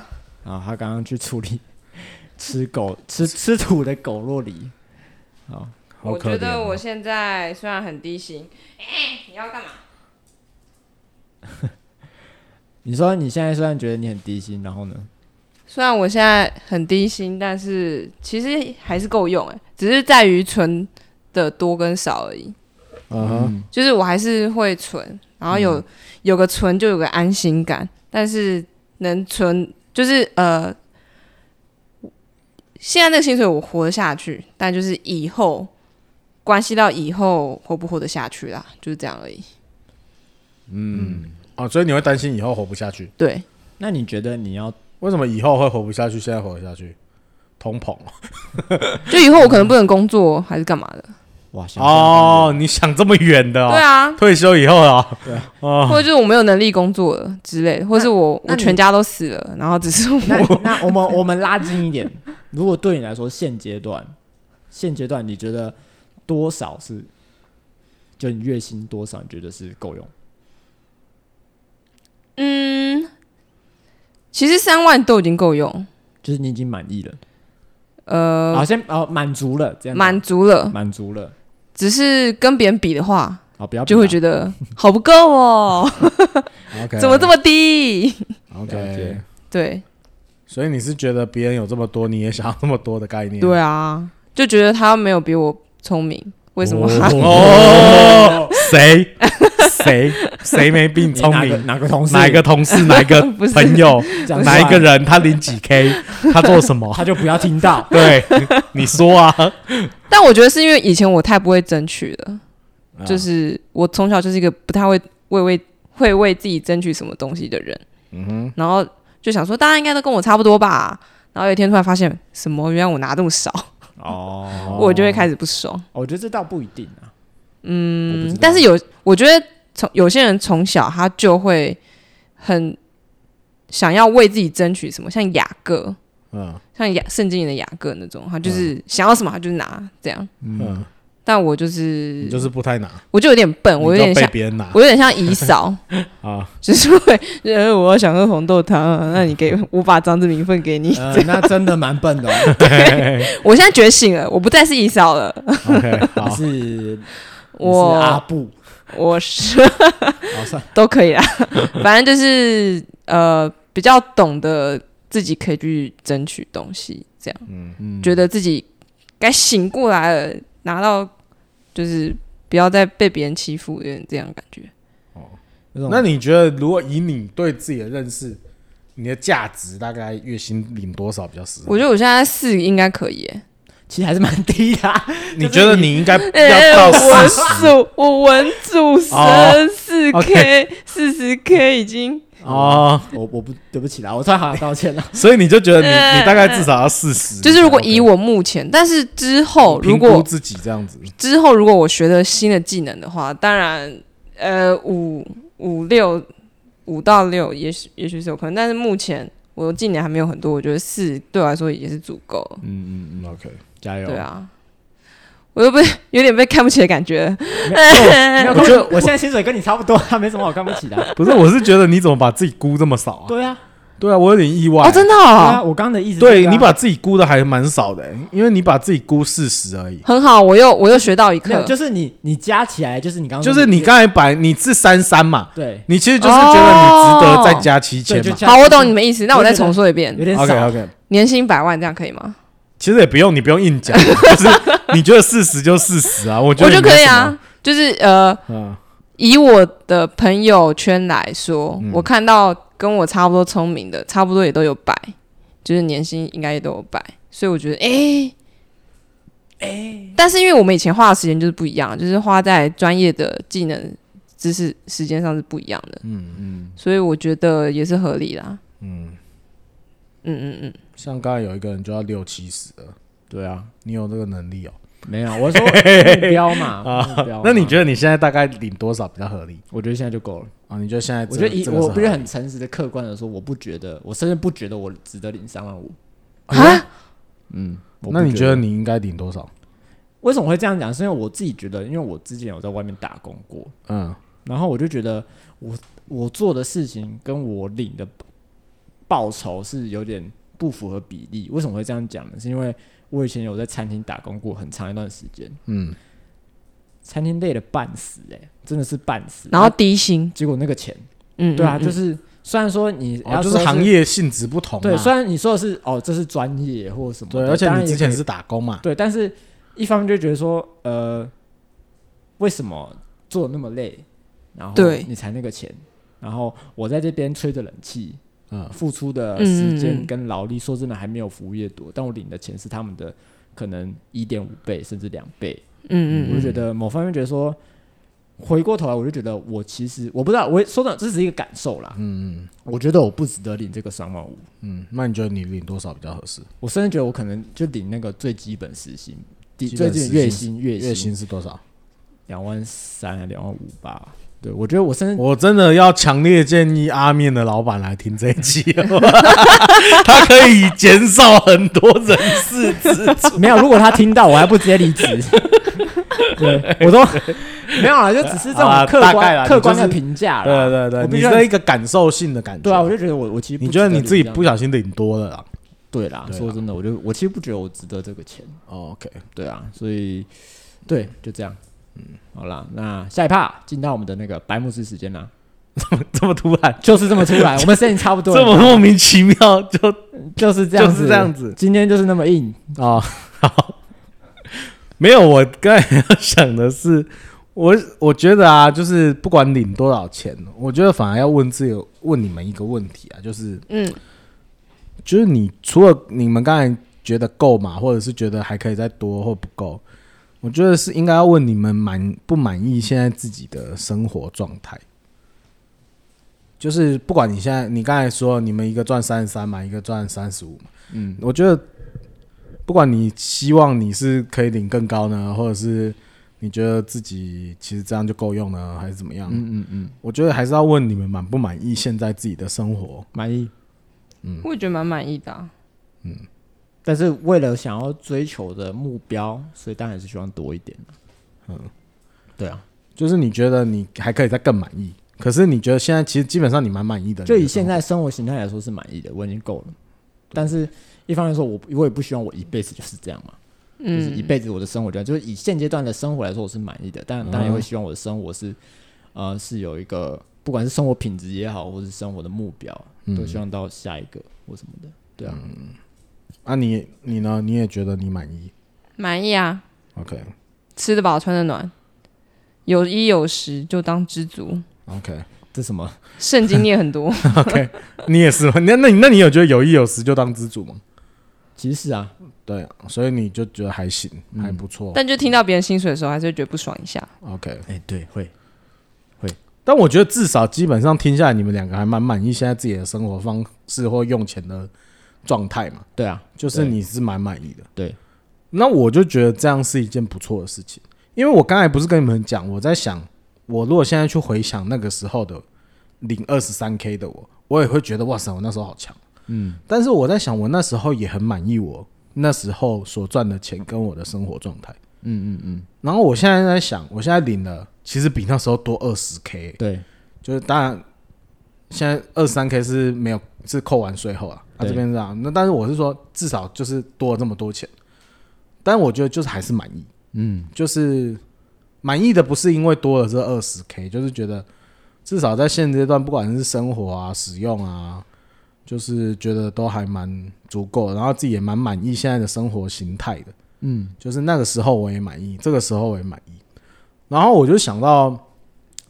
S1: 啊，他刚刚去处理 吃狗吃吃土的狗肉梨，好，
S3: 好
S2: 我
S3: 可
S2: 觉
S3: 怜
S2: 得
S3: 哦
S2: 我现在虽然很低薪，哎、你要干嘛？
S1: 你说你现在虽然觉得你很低薪，然后呢？
S2: 虽然我现在很低薪，但是其实还是够用哎、只是在于存的多跟少而已。
S3: 嗯哼，
S2: 就是我还是会存，然后有、
S1: 嗯
S2: 有个存就有个安心感，但是能存就是呃，现在那个薪水我活得下去，但就是以后关系到以后活不活得下去啦，就是这样而已。
S3: 哦，所以你会担心以后活不下去？
S2: 对，
S1: 那你觉得你要
S3: 为什么以后会活不下去？现在活得下去？通膨
S2: 就以后我可能不能工作还是干嘛的，
S1: 哇想
S3: 哦，你想这么远的哦？
S2: 对啊，
S3: 退休以后啊，
S2: 或者就是我没有能力工作了之类的，或是我
S1: 哦那
S2: 我
S1: 你
S2: 全家都死了，然后只是
S1: 那
S2: 我
S1: 那我们我们拉近一点，如果对你来说现阶段，现阶段你觉得多少是，就你月薪多少你觉得是够用？
S2: 嗯，其实三万都已经够用，
S1: 就是你已经满意了，
S2: 呃，
S1: 好，先哦满足了，这样
S2: 满足了。
S1: 满足了，
S2: 只是跟别人比的话，
S1: 好，不要
S2: 就会觉得好不够哦，
S3: 啊
S2: 怎么这么低？
S3: 么
S1: 了
S3: OK？
S1: 解
S2: 对
S3: 所以你是觉得别人有这么多，你也想要这么多的概念？
S2: 对啊，就觉得他没有比我聪明，为什么他？
S3: 哦，谁谁谁没比你
S1: 你
S3: 聪
S1: 哪个
S3: 明？
S1: 哪个同事
S3: 哪一个同事？哪一个
S2: 不是
S3: 朋友？
S1: 讲
S3: 哪一
S1: 出
S3: 个
S1: 来
S3: 人？他领几 K？他做 什么？，
S1: 他就不要听到
S3: 对，你说啊，
S2: 但我觉得是因为以前我太不会争取了，就是我从小就是一个不太会为为会为自己争取什么东西的人，嗯哼，然后就想说大家应该都跟我差不多吧，然后有一天突然发现什么，原来我拿这么少，
S1: 哦，
S2: 我就会开始不爽。
S1: 我觉得这倒不一定啊，嗯
S2: 但是有，我觉得从有些人从小他就会很想要为自己争取什么，像雅各，
S3: 嗯
S2: 像雅圣经里的雅各那种，他
S1: 嗯
S2: 就是想要什么他就拿这样。
S3: 嗯，
S2: 但我就是
S3: 你，
S1: 嗯
S3: 就是不太拿，
S2: 我就有点笨，我有
S3: 你
S2: 点
S3: 就被
S2: 像，
S3: 别人拿
S2: 我有点像 姨嫂，
S3: 啊。
S2: 就是会，呃，我要想喝红豆汤啊，那你给我把张志明分给你。
S1: 呃，那真的蛮笨的哦，
S2: 我现在觉醒了，我不再是姨嫂了，
S3: OK，好
S1: 你，哦是你是阿
S2: 我
S1: 布，
S2: 我是。
S1: 好算
S2: 都可以啦， 反正就是呃比较懂得自己可以去争取东西，这样，
S1: 嗯
S2: 觉得自己该醒过来了，拿到就是不要再被别人欺负，有点这样的感觉。
S1: 那种
S3: 那你觉得，如果以你对自己的认识，你的价值大概月薪领多少比较适合？
S2: 我觉得我现在四应该可以耶、
S1: 其实还是蛮低的啊，
S3: 你觉得你应该
S2: 哎、
S3: 要到
S2: 我
S3: 四
S2: 数我文主
S3: 哦
S2: 生四 K 四十 K 已经
S3: 哦，
S1: 我我不对不起啦，我突然好想道歉了。
S3: 所以你就觉得你你大概至少要四十。
S2: 呃就是如果
S3: 你才
S2: 以
S3: OK
S2: 我目前，但是之后
S3: 你
S2: 如
S3: 嗯评
S2: 果
S3: 估自己这样子，
S2: 之后如果我学了新的技能的话，当然，呃，五五六五到六，也许也许是有可能，但是目前我技能还没有很多，我觉得四对我来说也是足够。
S3: 嗯嗯嗯，OK，
S1: 加油！
S2: 对啊，我又被有点被看不起的感觉。
S1: 没有，
S3: 我
S1: 我
S3: 觉
S1: 觉
S3: 得
S1: 得 我现在薪水跟你差不多，没什么好看不起的 啊。
S3: 不是，我是觉得你怎么把自己估这么少啊？
S1: 对啊，
S3: 对啊，我有点意外。
S2: 哦，真的、
S1: 对啊，
S2: 哦，
S1: 我刚刚的意思是这
S3: 对
S1: 个啊，
S3: 你把自己估的还蛮少的欸，因为你把自己估四十而已。
S2: 很好，我又我又学到一
S1: 没有
S2: 课，
S1: 就是你你加起来就是你刚刚
S3: 就
S1: 说
S3: 是你刚才摆你是三三嘛，
S1: 对
S3: 你其实就是
S2: 哦
S3: 觉得你值得再加七千
S1: 对就
S3: 嘛。
S1: 加
S2: 好，我懂你
S1: 们
S2: 们意思，那我再重说一遍
S1: 有，点少
S3: OK OK，
S2: 年薪百万这样可以吗？
S3: 其实也不用，你不用硬讲， 就是你觉得四十就四十啊，我觉
S2: 我
S3: 得
S2: 觉得
S3: 你没
S2: 可以
S3: 什
S2: 啊
S3: 么，，
S2: 就是呃，
S3: 嗯，
S2: 以我的朋友圈来说，我看到跟我差不多聪明的，差不多也都有百，就是年薪应该也都有百，所以我觉得，哎、哎、但是因为我们以前花的时间就是不一样，就是花在专业的技能、知识、时间上是不一样的，嗯嗯，所以我觉得也是合理啦，嗯嗯嗯
S3: 像刚才有一个人就要六七十了，
S1: 对啊，
S3: 你有这个能 力哦。
S1: 没有， 我说目标嘛，目标嘛。
S3: 啊那你觉得你现在大概领多少比较合理
S1: 我觉得现在就够了。
S3: 啊？你觉得现在这
S1: 我觉得以
S3: 这个是
S1: 我
S3: 合
S1: 不
S3: 理
S1: 是很诚实的、客观的说，我不觉得，我甚至不觉得我值得领三万五。
S2: 嗯，啊，
S1: 我不
S3: 那你嗯觉
S1: 觉
S3: 得你应该领多少？
S1: 为什么会这样讲？是因为我自己觉得，因为我之前有在外面打工过，
S3: 嗯，
S1: 然后我就觉得我我做的事情跟我领的报酬是有点不符合比例。为什么会这样讲呢？是因为我以前有在餐厅打工过很长一段时间，
S3: 嗯，
S1: 餐厅累得半死、欸，真的是半死。
S2: 然后低薪，
S1: 结果那个钱，
S2: 嗯，
S1: 对啊，
S2: 嗯嗯
S1: 就是虽然说你
S3: 哦，
S1: 要
S3: 就
S1: 说
S3: 是行业性质不同嘛，
S1: 对，虽然你说的是哦，这是专业或什么的，
S3: 对，而且
S1: 当然
S3: 你
S1: 也
S3: 之前
S1: 可以
S3: 是打工嘛，
S1: 对，但是一方面就觉得说，呃，为什么做得那么累，然后
S2: 对
S1: 你才那个钱，然后我在这边吹着冷气，
S3: 嗯
S1: 付出的
S2: 嗯
S1: 时
S2: 嗯
S1: 间
S2: 嗯
S1: 跟劳力，说真的还没有服务业多，但我领的钱是他们的可能一点五倍甚至两倍，
S2: 嗯
S1: 我
S2: 嗯
S1: 就觉得某方面觉得说，回过头来我就觉得我其实我不知道，我说真的这只是一个感受啦，
S3: 嗯
S1: 我觉得我不值得领这个三万五，
S3: 嗯，那你觉得你领多少比较合适？
S1: 我甚至觉得我可能就领那个最基本时薪。底
S3: 基
S1: 最
S3: 本
S1: 近
S3: 时
S1: 月
S3: 薪
S1: 薪月
S3: 月
S1: 薪
S3: 薪是多少？
S1: 两万三还两万五吧。对，我觉得我 甚至
S3: 我真的要强烈建议阿面的老板来听这一集， 他可以减少很多人事支出。
S1: 没有，如果他听到，我还不直接 离职。对，我都没有了，就只是这
S3: 好
S1: 种
S3: 啦
S1: 客
S3: 大概啦
S1: 观
S3: 你
S1: 客观
S3: 就是
S1: 的评价啦。
S3: 对对
S1: 我
S3: 对，
S1: 必
S3: 你
S1: 须要
S3: 是一个感受性的感觉。
S1: 对啊，我就觉得我我其实不
S3: 你觉得
S1: 值
S3: 你自己
S1: 领这样
S3: 不小心领多了啦。
S1: 对啦？
S3: 对啊
S1: 说真的，我就我其实不觉得我值得这个钱。
S3: 哦 OK，
S1: 对啊，所以对，就这样。嗯，好啦，那下一趴进到我们的那个白幕式时间啦，
S3: 这么突然，
S1: 就是这么出来，我们时间差不多
S3: 这
S1: 了，
S3: 么莫名其妙就
S1: 就是这样子，
S3: 就是这样子
S1: 今天就是那么硬，
S3: 哦， 好，没有，我刚才要想的是，我我觉得啊，就是不管领多少钱，我觉得反而要问自己，问你们一个问题啊，就是
S2: 嗯
S3: 就是你除了你们刚才觉得够嘛，或者是觉得还可以再多或不够，我觉得是应该要问你们满不满意现在自己的生活状态。就是不管你现在，你刚才说你们一个赚三十三嘛，一个赚三十五嘛，
S1: 嗯，
S3: 我觉得不管你希望你是可以领更高呢，或者是你觉得自己其实这样就够用呢，还是怎么样？
S1: 嗯嗯嗯，
S3: 我觉得还是要问你们满不满意现在自己的生活。
S1: 满意。
S2: 嗯，我也觉得蛮满意的啊、
S1: 但是为了想要追求的目标，所以当然还是希望多一点。嗯，对啊，
S3: 就是你觉得你还可以再更满意，可是你觉得现在其实基本上你蛮满意的。
S1: 就
S3: 你
S1: 以
S3: 的生
S1: 现
S3: 活，
S1: 在生活形态来说是满意的，我已经够了。但是一方面说，我我也不希望我一辈子就是这样嘛，就是一
S2: 嗯，
S1: 辈子我的生活这样，就是以现阶段的生活来说，我是满意的。但当然也会希望我的生活是，呃，是有一个不管是生活品质也好，或是生活的目标，都希望到下一个或什么的。对啊，
S3: 啊你你呢？你也觉得你满意
S2: 满意啊，
S3: ？OK
S2: 吃得饱，穿得暖，有衣有食，就当知足。
S3: OK
S1: 这什么？
S2: 圣经念很 多，
S3: OK，你也是吗？那那你那你有觉得有一有十就当知足吗？
S1: 其实啊，
S3: 对，所以你就觉得还行，
S1: 嗯
S3: 还不错。
S2: 但就听到别人薪水的时候，还是会觉得不爽一下。
S3: OK，
S1: 哎、对，会
S3: 但我觉得至少基本上听下来，你们两个还蛮满意现在自己的生活方式或用钱的状态嘛，
S1: 对啊，
S3: 就是
S1: 对
S3: 你是蛮满意的。
S1: 对，
S3: 那我就觉得这样是一件不错的事情，因为我刚才不是跟你们讲，我在想，我如果现在去回想那个时候的领二十三 K 的我，我也会觉得哇塞，我那时候好强。
S1: 嗯，
S3: 但是我在想，我那时候也很满意我那时候所赚的钱跟我的生活状态。
S1: 嗯嗯嗯，
S3: 然后我现在在想，我现在领了，其实比那时候多二十 K，
S1: 对，
S3: 就是当然现在二十三 K 是没有是扣完税后啊，啊
S1: 对
S3: 这边是这样。那但是我是说，至少就是多了这么多钱，但我觉得就是还是满意。
S1: 嗯，
S3: 就是满意的不是因为多了这二十 K，就是觉得至少在现阶段，不管是生活啊、使用啊，就是觉得都还蛮足够的，然后自己也蛮满意现在的生活形态的。
S1: 嗯，
S3: 就是那个时候我也满意，这个时候我也满意。然后我就想到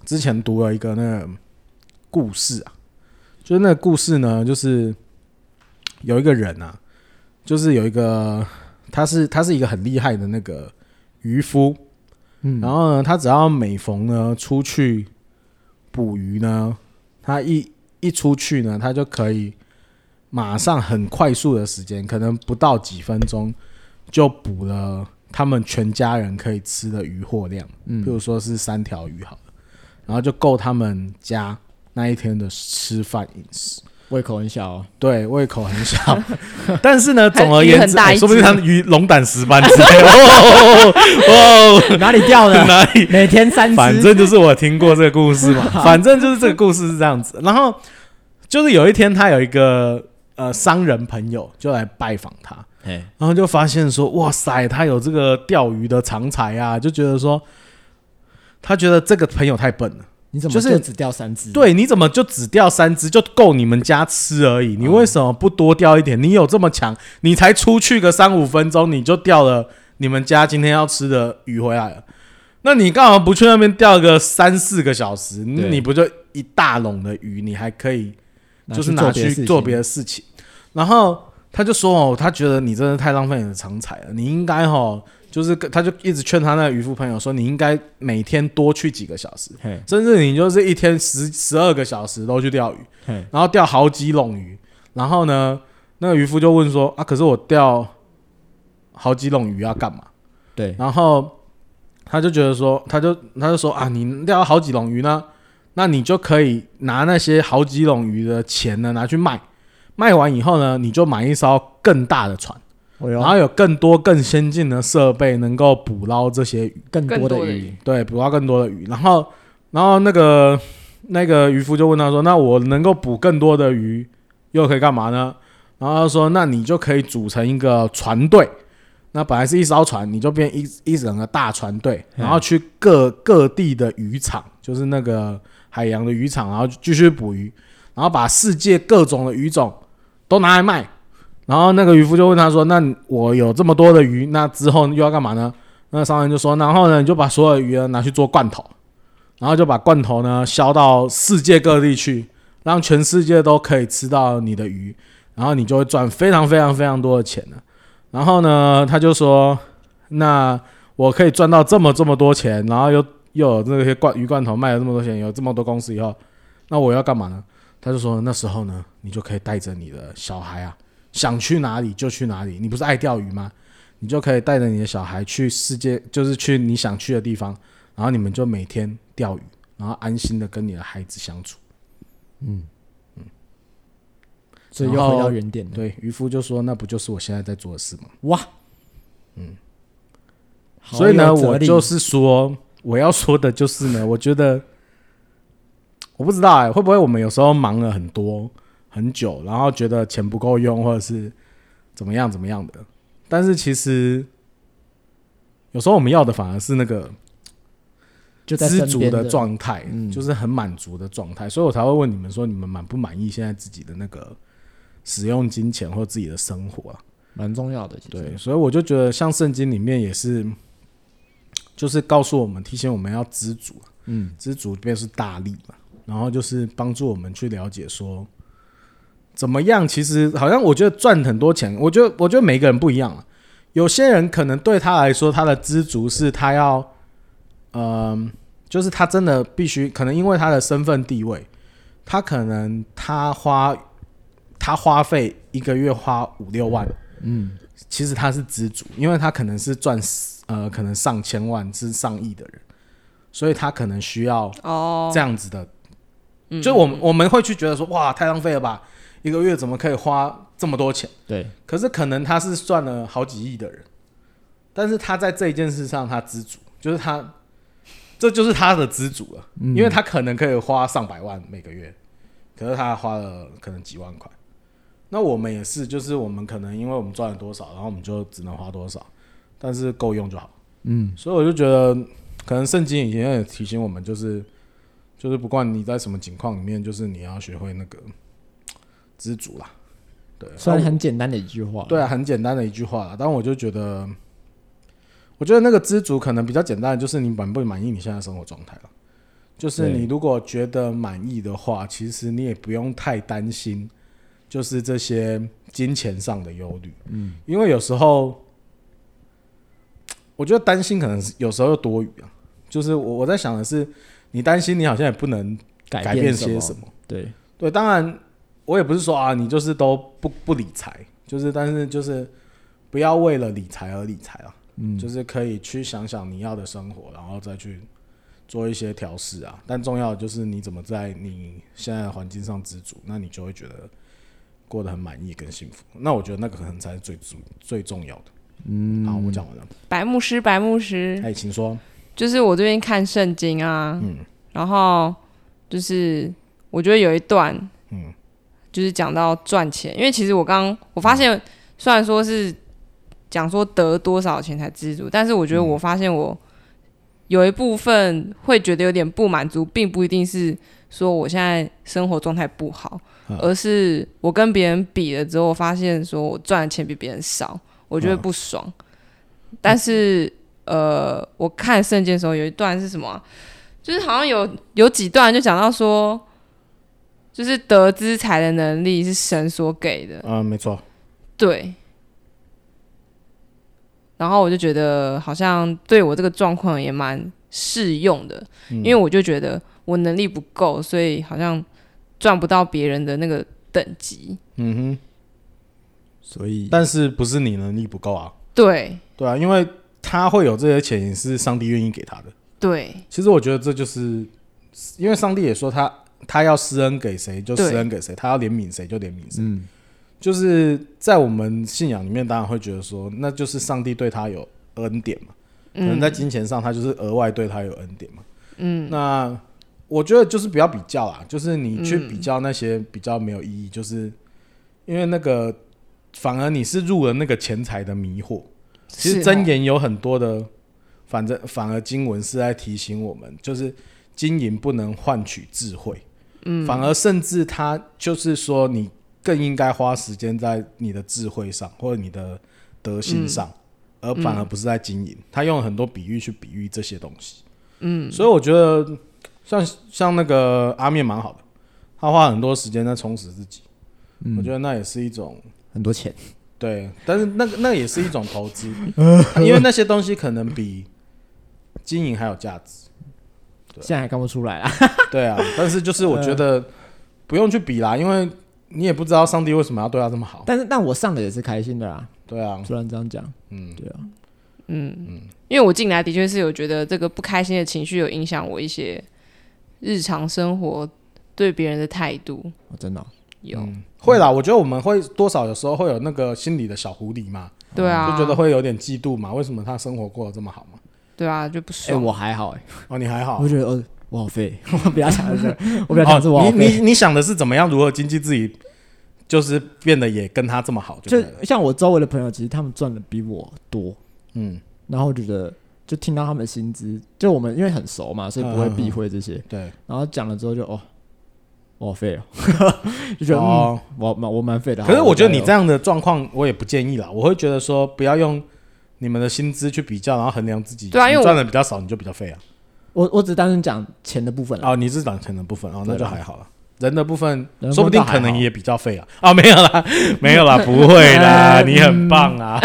S3: 之前读了一个那个故事啊，就是那个故事呢，就是有一个人啊，就是有一个他是他是一个很厉害的那个渔夫，
S1: 嗯
S3: 然后呢，他只要每逢呢出去捕鱼呢，他一一出去呢，他就可以马上很快速的时间，可能不到几分钟就捕了他们全家人可以吃的鱼货量，
S1: 嗯
S3: 譬如说是三条鱼好了，然后就够他们家那一天的吃饭饮食。
S1: 胃口很小、哦，
S3: 对，胃口很 小，但是呢，总而
S2: 还鱼
S3: 言
S2: 很
S3: 之，
S2: 大
S3: 哎
S2: 一
S3: 说不定
S2: 只
S3: 他们鱼龙胆石斑之 类的。哦哦，哦
S1: 哪里掉的？
S3: 哪里？
S1: 每天三只，
S3: 反正就是我听过这个故事 嘛，反正就是这个故事是这样子。然后就是有一天，他有一个呃商人朋友就来拜访他，
S1: 哎，
S3: 然后就发现说，哇塞，他有这个钓鱼的长才啊，就觉得说，他觉得这个朋友太笨了。
S1: 你怎么
S3: 就是
S1: 就只掉三只？，
S3: 嗯对，你怎么就只钓三只就够你们家吃而已？你为什么不多钓一点？你有这么强？你才出去个三五分钟，你就钓了你们家今天要吃的鱼回来了。那你干嘛不去那边钓个三四个小时？
S1: 对
S3: 你不就一大笼的鱼，你还可以就是拿去做别的事情。然后他就说哦，他觉得你真的太浪费你的长才了，你应该哦，就是跟他就一直劝他那个渔夫朋友说，你应该每天多去几个小时，
S1: 嘿，
S3: 甚至你就是一天十十二个小时都去钓鱼，
S1: 嘿，
S3: 然后钓好几笼鱼。然后呢，那个渔夫就问说啊，可是我钓好几笼鱼要干嘛？
S1: 对，
S3: 然后他就觉得说，他就他就说啊，你钓好几笼鱼呢，那你就可以拿那些好几笼鱼的钱呢拿去卖，卖完以后呢，你就买一艘更大的船，
S1: 我有
S3: 然后有更多更先进的设备能够捕捞这些鱼，
S1: 更
S2: 更
S1: 多的
S2: 多的
S1: 鱼，
S3: 对，捕捞更多的鱼。然后然后那个那个渔夫就问他说，那我能够捕更多的鱼，又可以干嘛呢？然后他说，那你就可以组成一个船队。那本来是一艘船，你就变一一整个大船队，
S1: 嗯
S3: 然后去各各地的渔场，就是那个海洋的渔场，然后继续捕鱼，然后把世界各种的鱼种都拿来卖。然后那个渔夫就问他说：“那我有这么多的鱼，那之后又要干嘛呢？”那商人就说：“然后呢，你就把所有的鱼呢拿去做罐头，然后就把罐头呢销到世界各地去，让全世界都可以吃到你的鱼，然后你就会赚非常非常非常多的钱呢。”然后呢，他就说：“那我可以赚到这么这么多钱，然后又又有那些罐鱼罐头卖了这么多钱，有这么多公司以后，那我要干嘛呢？”他就说：“那时候呢，你就可以带着你的小孩啊，想去哪里就去哪里。你不是爱钓鱼吗？你就可以带着你的小孩去世界，就是去你想去的地方，然后你们就每天钓鱼，然后安心的跟你的孩子相处。”
S1: 所以又回到原点了。
S3: 对，渔夫就说：“那不就是我现在在做的事吗？”
S1: 哇，嗯，
S3: 所以呢，
S1: 好有哲
S3: 我
S1: 理
S3: 就是说，我要说的就是呢， 我觉得我不知道哎、会不会我们有时候忙了很多很久，然后觉得钱不够用，或者是怎么样怎么样的，但是其实有时候我们要的反而是那个
S1: 就在
S3: 知
S1: 身
S3: 足
S1: 边
S3: 的
S1: 的，
S3: 状态，
S1: 嗯
S3: 就是很满足的状态，所以我才会问你们说，你们满不满意现在自己的那个使用金钱或自己的生活啊？
S1: 蛮重要的。其实
S3: 对，，所以我就觉得像圣经里面也是，就是告诉我们、提醒我们要知足，
S1: 嗯，
S3: 知足便是大力嘛。然后就是帮助我们去了解说，怎么样？其实好像我觉得赚很多钱，我觉得我觉得每个人不一样啊。有些人可能对他来说，他的知足是他要，嗯、就是他真的必须，可能因为他的身份地位，他可能他花他花费一个月花五六万，
S1: 嗯，
S3: 其实他是知足，因为他可能是赚呃可能上千万至上亿的人，所以他可能需要
S2: 哦
S3: 这，样子的，就我们我们会去觉得说哇太浪费了吧，一个月怎么可以花这么多钱？
S1: 对，
S3: 可是可能他是赚了好几亿的人，但是他在这一件事上他知足，就是他这就是他的知足了，
S1: 嗯
S3: 因为他可能可以花上百万每个月，可是他花了可能几万块。那我们也是，就是我们可能因为我们赚了多少，然后我们就只能花多少，但是够用就好。
S1: 嗯，
S3: 所以我就觉得，可能圣经以前也提醒我们，就是就是不管你在什么情况里面，就是你要学会那个知足啦。对，
S1: 虽然很简单的一句话，
S3: 对啊，很简单的一句话啦，但我就觉得，嗯我觉得那个知足可能比较简单，的就是你满不满意你现在的生活状态了。就是
S1: 对
S3: 你如果觉得满意的话，其实你也不用太担心，就是这些金钱上的忧虑。嗯，因为有时候，我觉得担心可能是有时候又多余啊。就是我我在想的是，你担心你好像也不能改
S1: 改
S3: 变
S1: 什
S3: 些
S1: 么？
S3: 什么。
S1: 对，
S3: 对，当然我也不是说啊，你就是都不不理财，就是但是就是不要为了理财而理财啊，
S1: 嗯，
S3: 就是可以去想想你要的生活，然后再去做一些调试啊。但重要的就是你怎么在你现在的环境上知足，那你就会觉得过得很满意跟幸福。那我觉得那个可能才是最主最重要的。嗯，好，我讲完了。
S2: 白牧师，白牧师，
S3: 哎，请说。
S2: 就是我最近看圣经啊，
S3: 嗯
S2: 然后就是我觉得有一段，
S3: 嗯
S2: 就是讲到赚钱，因为其实我刚我发现，虽然说是讲说得多少钱才知足，但是我觉
S3: 嗯
S2: 得我发现我有一部分会觉得有点不满足，并不一定是说我现在生活状态不好，
S3: 嗯
S2: 而是我跟别人比了之后，我发现说我赚的钱比别人少，我觉得
S3: 嗯
S2: 不爽。但是呃，我看圣经的时候有一段是什么啊、就是好像有有几段就讲到说，就是得资财的能力是神所给的，
S3: 嗯，没错。
S2: 对。然后我就觉得好像对我这个状况也蛮适用的，
S3: 嗯
S2: 因为我就觉得我能力不够，所以好像赚不到别人的那个等级。
S3: 嗯哼，
S1: 所以
S3: 但是不是你能力不够啊？
S2: 对
S3: 对啊，因为他会有这些钱，也是上帝愿意给他的。
S2: 对
S3: 其实我觉得这就是，因为上帝也说他他要施恩给谁就施恩给谁，他要怜悯谁就怜悯谁。
S1: 嗯，
S3: 就是在我们信仰里面，当然会觉得说，那就是上帝对他有恩典嘛，
S2: 嗯
S3: 可能在金钱上他就是额外对他有恩典嘛。嗯，那我觉得就是不要比较啊，就是你去比较那些比较没有意义，就是因为那个反而你是入了那个钱财的迷惑。其
S2: 是
S3: 实
S2: 哦
S3: 箴言有很多的，反正反而经文是在提醒我们，就是经营不能换取智慧，嗯，反而甚至它就是说你更应该花时间在你的智慧上或者你的德性上，而反而不是在经营。他用了很多比喻去比喻这些东西，嗯，所以我觉得像像那个阿面蛮好的，他花很多时间在充实自己，我觉得那也是一种。
S1: 很多钱，
S3: 对，但是那个那也是一种投 资，因为那些东西可能比经营还有价值。
S1: 现在还看不出来啊。
S3: 对啊，但是就是我觉得不用去比啦，因为你也不知道上帝为什么要对他这么好。
S1: 但是但我上的也是开心的啦，
S3: 对啊，
S1: 虽然这样讲，
S3: 嗯，
S1: 对啊，
S2: 因为我进来的确是有觉得这个不开心的情绪有影响我一些日常生活对别人的态度，
S1: 我真的哦
S2: 有、
S3: 嗯会啦，我觉得我们会多少有时候会有那个心里的小狐狸嘛，
S2: 对啊，
S3: 就觉得会有点嫉妒嘛，为什么他生活过得这么好嘛？
S2: 对啊就不
S1: 哎，
S2: 爽。
S1: 我还好哎，
S3: 哦，你还好
S1: 我。觉得呃我好废，我不要想这个， 我不要想是我
S3: 哦
S1: 好，
S3: 你
S1: 废。
S3: 你你想的是怎么样如何经济自己，就是变得也跟他这么好就
S1: 就
S3: 对了。
S1: 像我周围的朋友，其实他们赚的比我多，
S3: 嗯，
S1: 然后我觉得就听到他们的薪资，就我们因为很熟嘛，所以不会
S3: 嗯嗯嗯
S1: 避讳这些。
S3: 对。
S1: 然后讲了之后就哦，我好废哦，就觉得、嗯、
S3: 哦
S1: 我蛮我蛮废的。
S3: 可是
S1: 好
S3: 我觉得你
S1: 加油
S3: 这样的状况，我也不建议啦。我会觉得说，不要用你们的薪资去比较，然后衡量自己。
S2: 对啊因为
S3: 你
S2: 我
S3: 赚的比较少，你就比较废啊。
S1: 我我只单纯讲钱的部分了。
S3: 哦，你是涨钱的部分哦，那
S1: 对
S3: 就
S1: 啦
S3: 还好了。人的部分，
S1: 人的部分
S3: 说不定
S1: 倒还
S3: 可能
S1: 好
S3: 也比较废啊。啊，没有啦，没有啦，不 会啦，你很棒啊。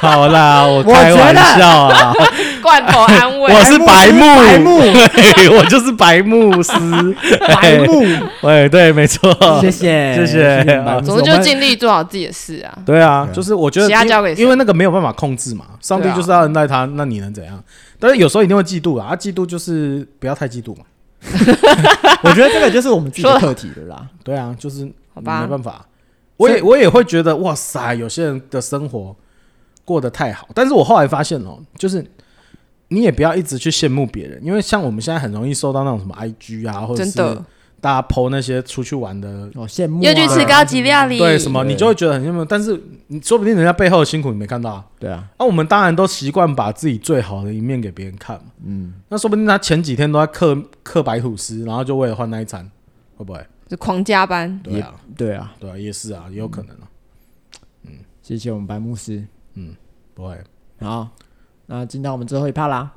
S3: 好啦，我
S1: 我
S3: 开
S1: 觉
S3: 玩
S1: 得
S3: 笑 啊，
S2: 罐头安慰，
S3: 我是 白目，
S1: 白目
S3: 对，我就是白目师，
S1: 白目，
S3: 哎，对，没错，
S1: 谢谢
S3: 谢谢
S1: 白目
S2: 总之
S1: 我
S2: 就
S1: 们
S2: 尽力做好自己的事啊。
S3: 对啊
S1: 对，啊
S3: 就是我觉得
S2: 其他
S3: 因
S2: 交给神
S3: 因为那个没有办法控制嘛，上帝
S2: 对啊
S3: 就是要恩待他，那你能怎样？但是有时候一定会嫉妒啦，啊，嫉妒就是不要太嫉妒嘛。
S1: 我觉得这个就是我们自己的课题了啦。
S3: 对啊，就是
S2: 好吧
S3: 没办法。我也
S1: 所
S3: 我也会觉得哇塞，有些人的生活过得太好，但是我后来发现哦、就是你也不要一直去羡慕别人，因为像我们现在很容易受到那种什么 IG 啊，或者
S2: 真
S3: 是
S2: 的
S3: 大家 PO 那些出去玩的，
S1: 我羡慕、啊，
S2: 又去吃高级料理，
S3: 对什么，
S1: 对
S3: 你就会觉得很羡慕，但是你说不定人家背后的辛苦你没看到啊。
S1: 对啊，
S3: 那、我们当然都习惯把自己最好的一面给别人看嘛。嗯，那说不定他前几天都在刻刻白吐司，然后就为了换那一餐，会不会？
S2: 就狂加班。
S3: 对啊，
S1: 对啊，
S3: 对啊，也是啊，也有可能
S1: 嗯
S3: 啊，
S1: 谢谢我们白牧师。
S3: 不会。
S1: 好，那进到我们最后一趴啦。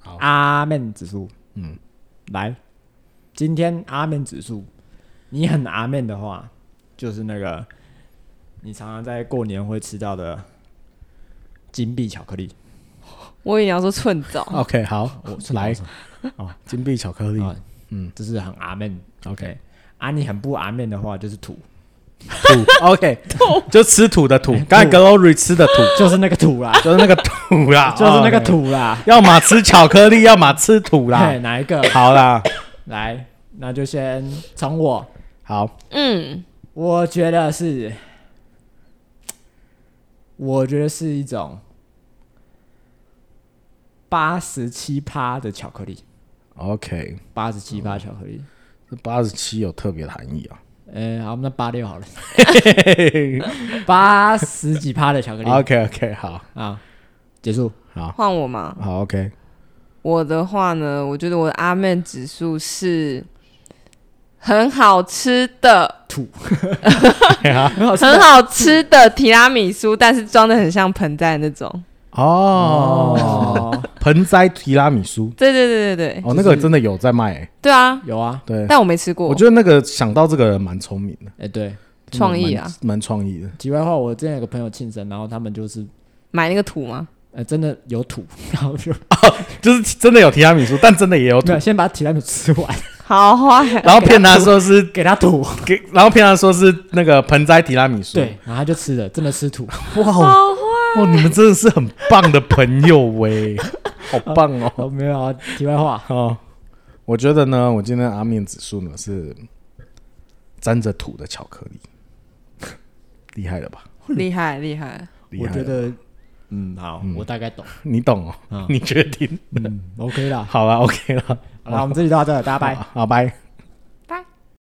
S3: 好
S1: 阿面指数，
S3: 嗯，
S1: 来，今天阿面指数，你很阿面的话，就是那个你常常在过年会吃到的金币巧克力。
S2: 我以为你要说寸枣，
S3: OK，好，
S1: 我
S3: 来哦
S1: 啊、
S3: 金币巧克力，
S1: 嗯
S3: 嗯，
S1: 这是很阿面。
S3: OK
S1: 啊，你很不阿面的话，就是土。
S3: 土，OK，就吃土的
S1: 哎
S3: 土，刚才 Glory 吃 的土，
S1: 就是那个 土啦，
S3: 就是那个土啦，
S1: 就是那个
S3: OK，
S1: 土啦。
S3: 要么吃巧克力，要么吃土啦
S1: 嘿，。哪一个？
S3: 好啦，
S1: 来，那就先从我，
S3: 好，
S2: 嗯，
S1: 我觉得是，我觉得是一种八十七趴的巧克力，
S3: OK，
S1: 八十七趴巧克力。
S3: 这八十七有特别的含义啊。
S1: 呃、好，那八六好了， 八十几趴的巧克力
S3: OK OK，好，
S1: 啊，结束。
S3: 好，
S2: 换我吗？
S3: 好 OK，
S2: 我的话呢，我觉得我的阿妹指数是很好吃的，
S1: 很好吃
S2: 很好吃的提拉米苏，但是装的很像盆栽那种。
S3: 哦，
S1: 哦，
S3: 盆栽提拉米苏，
S2: 对对对对
S1: 哎
S2: 对，
S3: 哦，那个真的有在卖欸，
S2: 对啊，
S1: 有啊，
S3: 对，
S2: 但我没吃过。
S3: 我觉得那个想到这个人蛮聪明的，
S1: 哎、对，
S3: 真的
S2: 创意啊
S3: 蛮，蛮创意的。
S1: 题外话，我之前有个朋友庆生，然后他们就是，
S2: 买那个土吗？
S1: 呃，真的有土， 然后就
S3: 就是真的有提 拉米苏，但真的也有土
S1: 没有，先把提拉米苏吃完，
S2: 好坏啊，
S3: 然后骗他说是
S1: 给他土，
S3: 给，然后骗他说是那个盆栽提拉米苏。
S1: 对，，然后他就吃了，真的吃土，
S3: 哇哦，
S2: 好坏
S3: 哇，你们真的是很棒的朋友 喂，好棒哦！
S1: 哦， 没有啊，题外话，
S3: 哦，我觉得呢，我今天的阿面指数呢是沾着土的巧克力， 厉害了吧？
S2: 厉害厉害。
S3: 厉
S1: 我
S3: 害
S1: 觉
S3: 了，
S1: 得，嗯，好，我大概懂，
S3: 你懂哦，
S1: 嗯
S3: 你决定
S1: 嗯，OK 啦，
S3: 好了，OK 了，
S1: 好啦，我们这里到这，大家拜。
S3: 好，拜。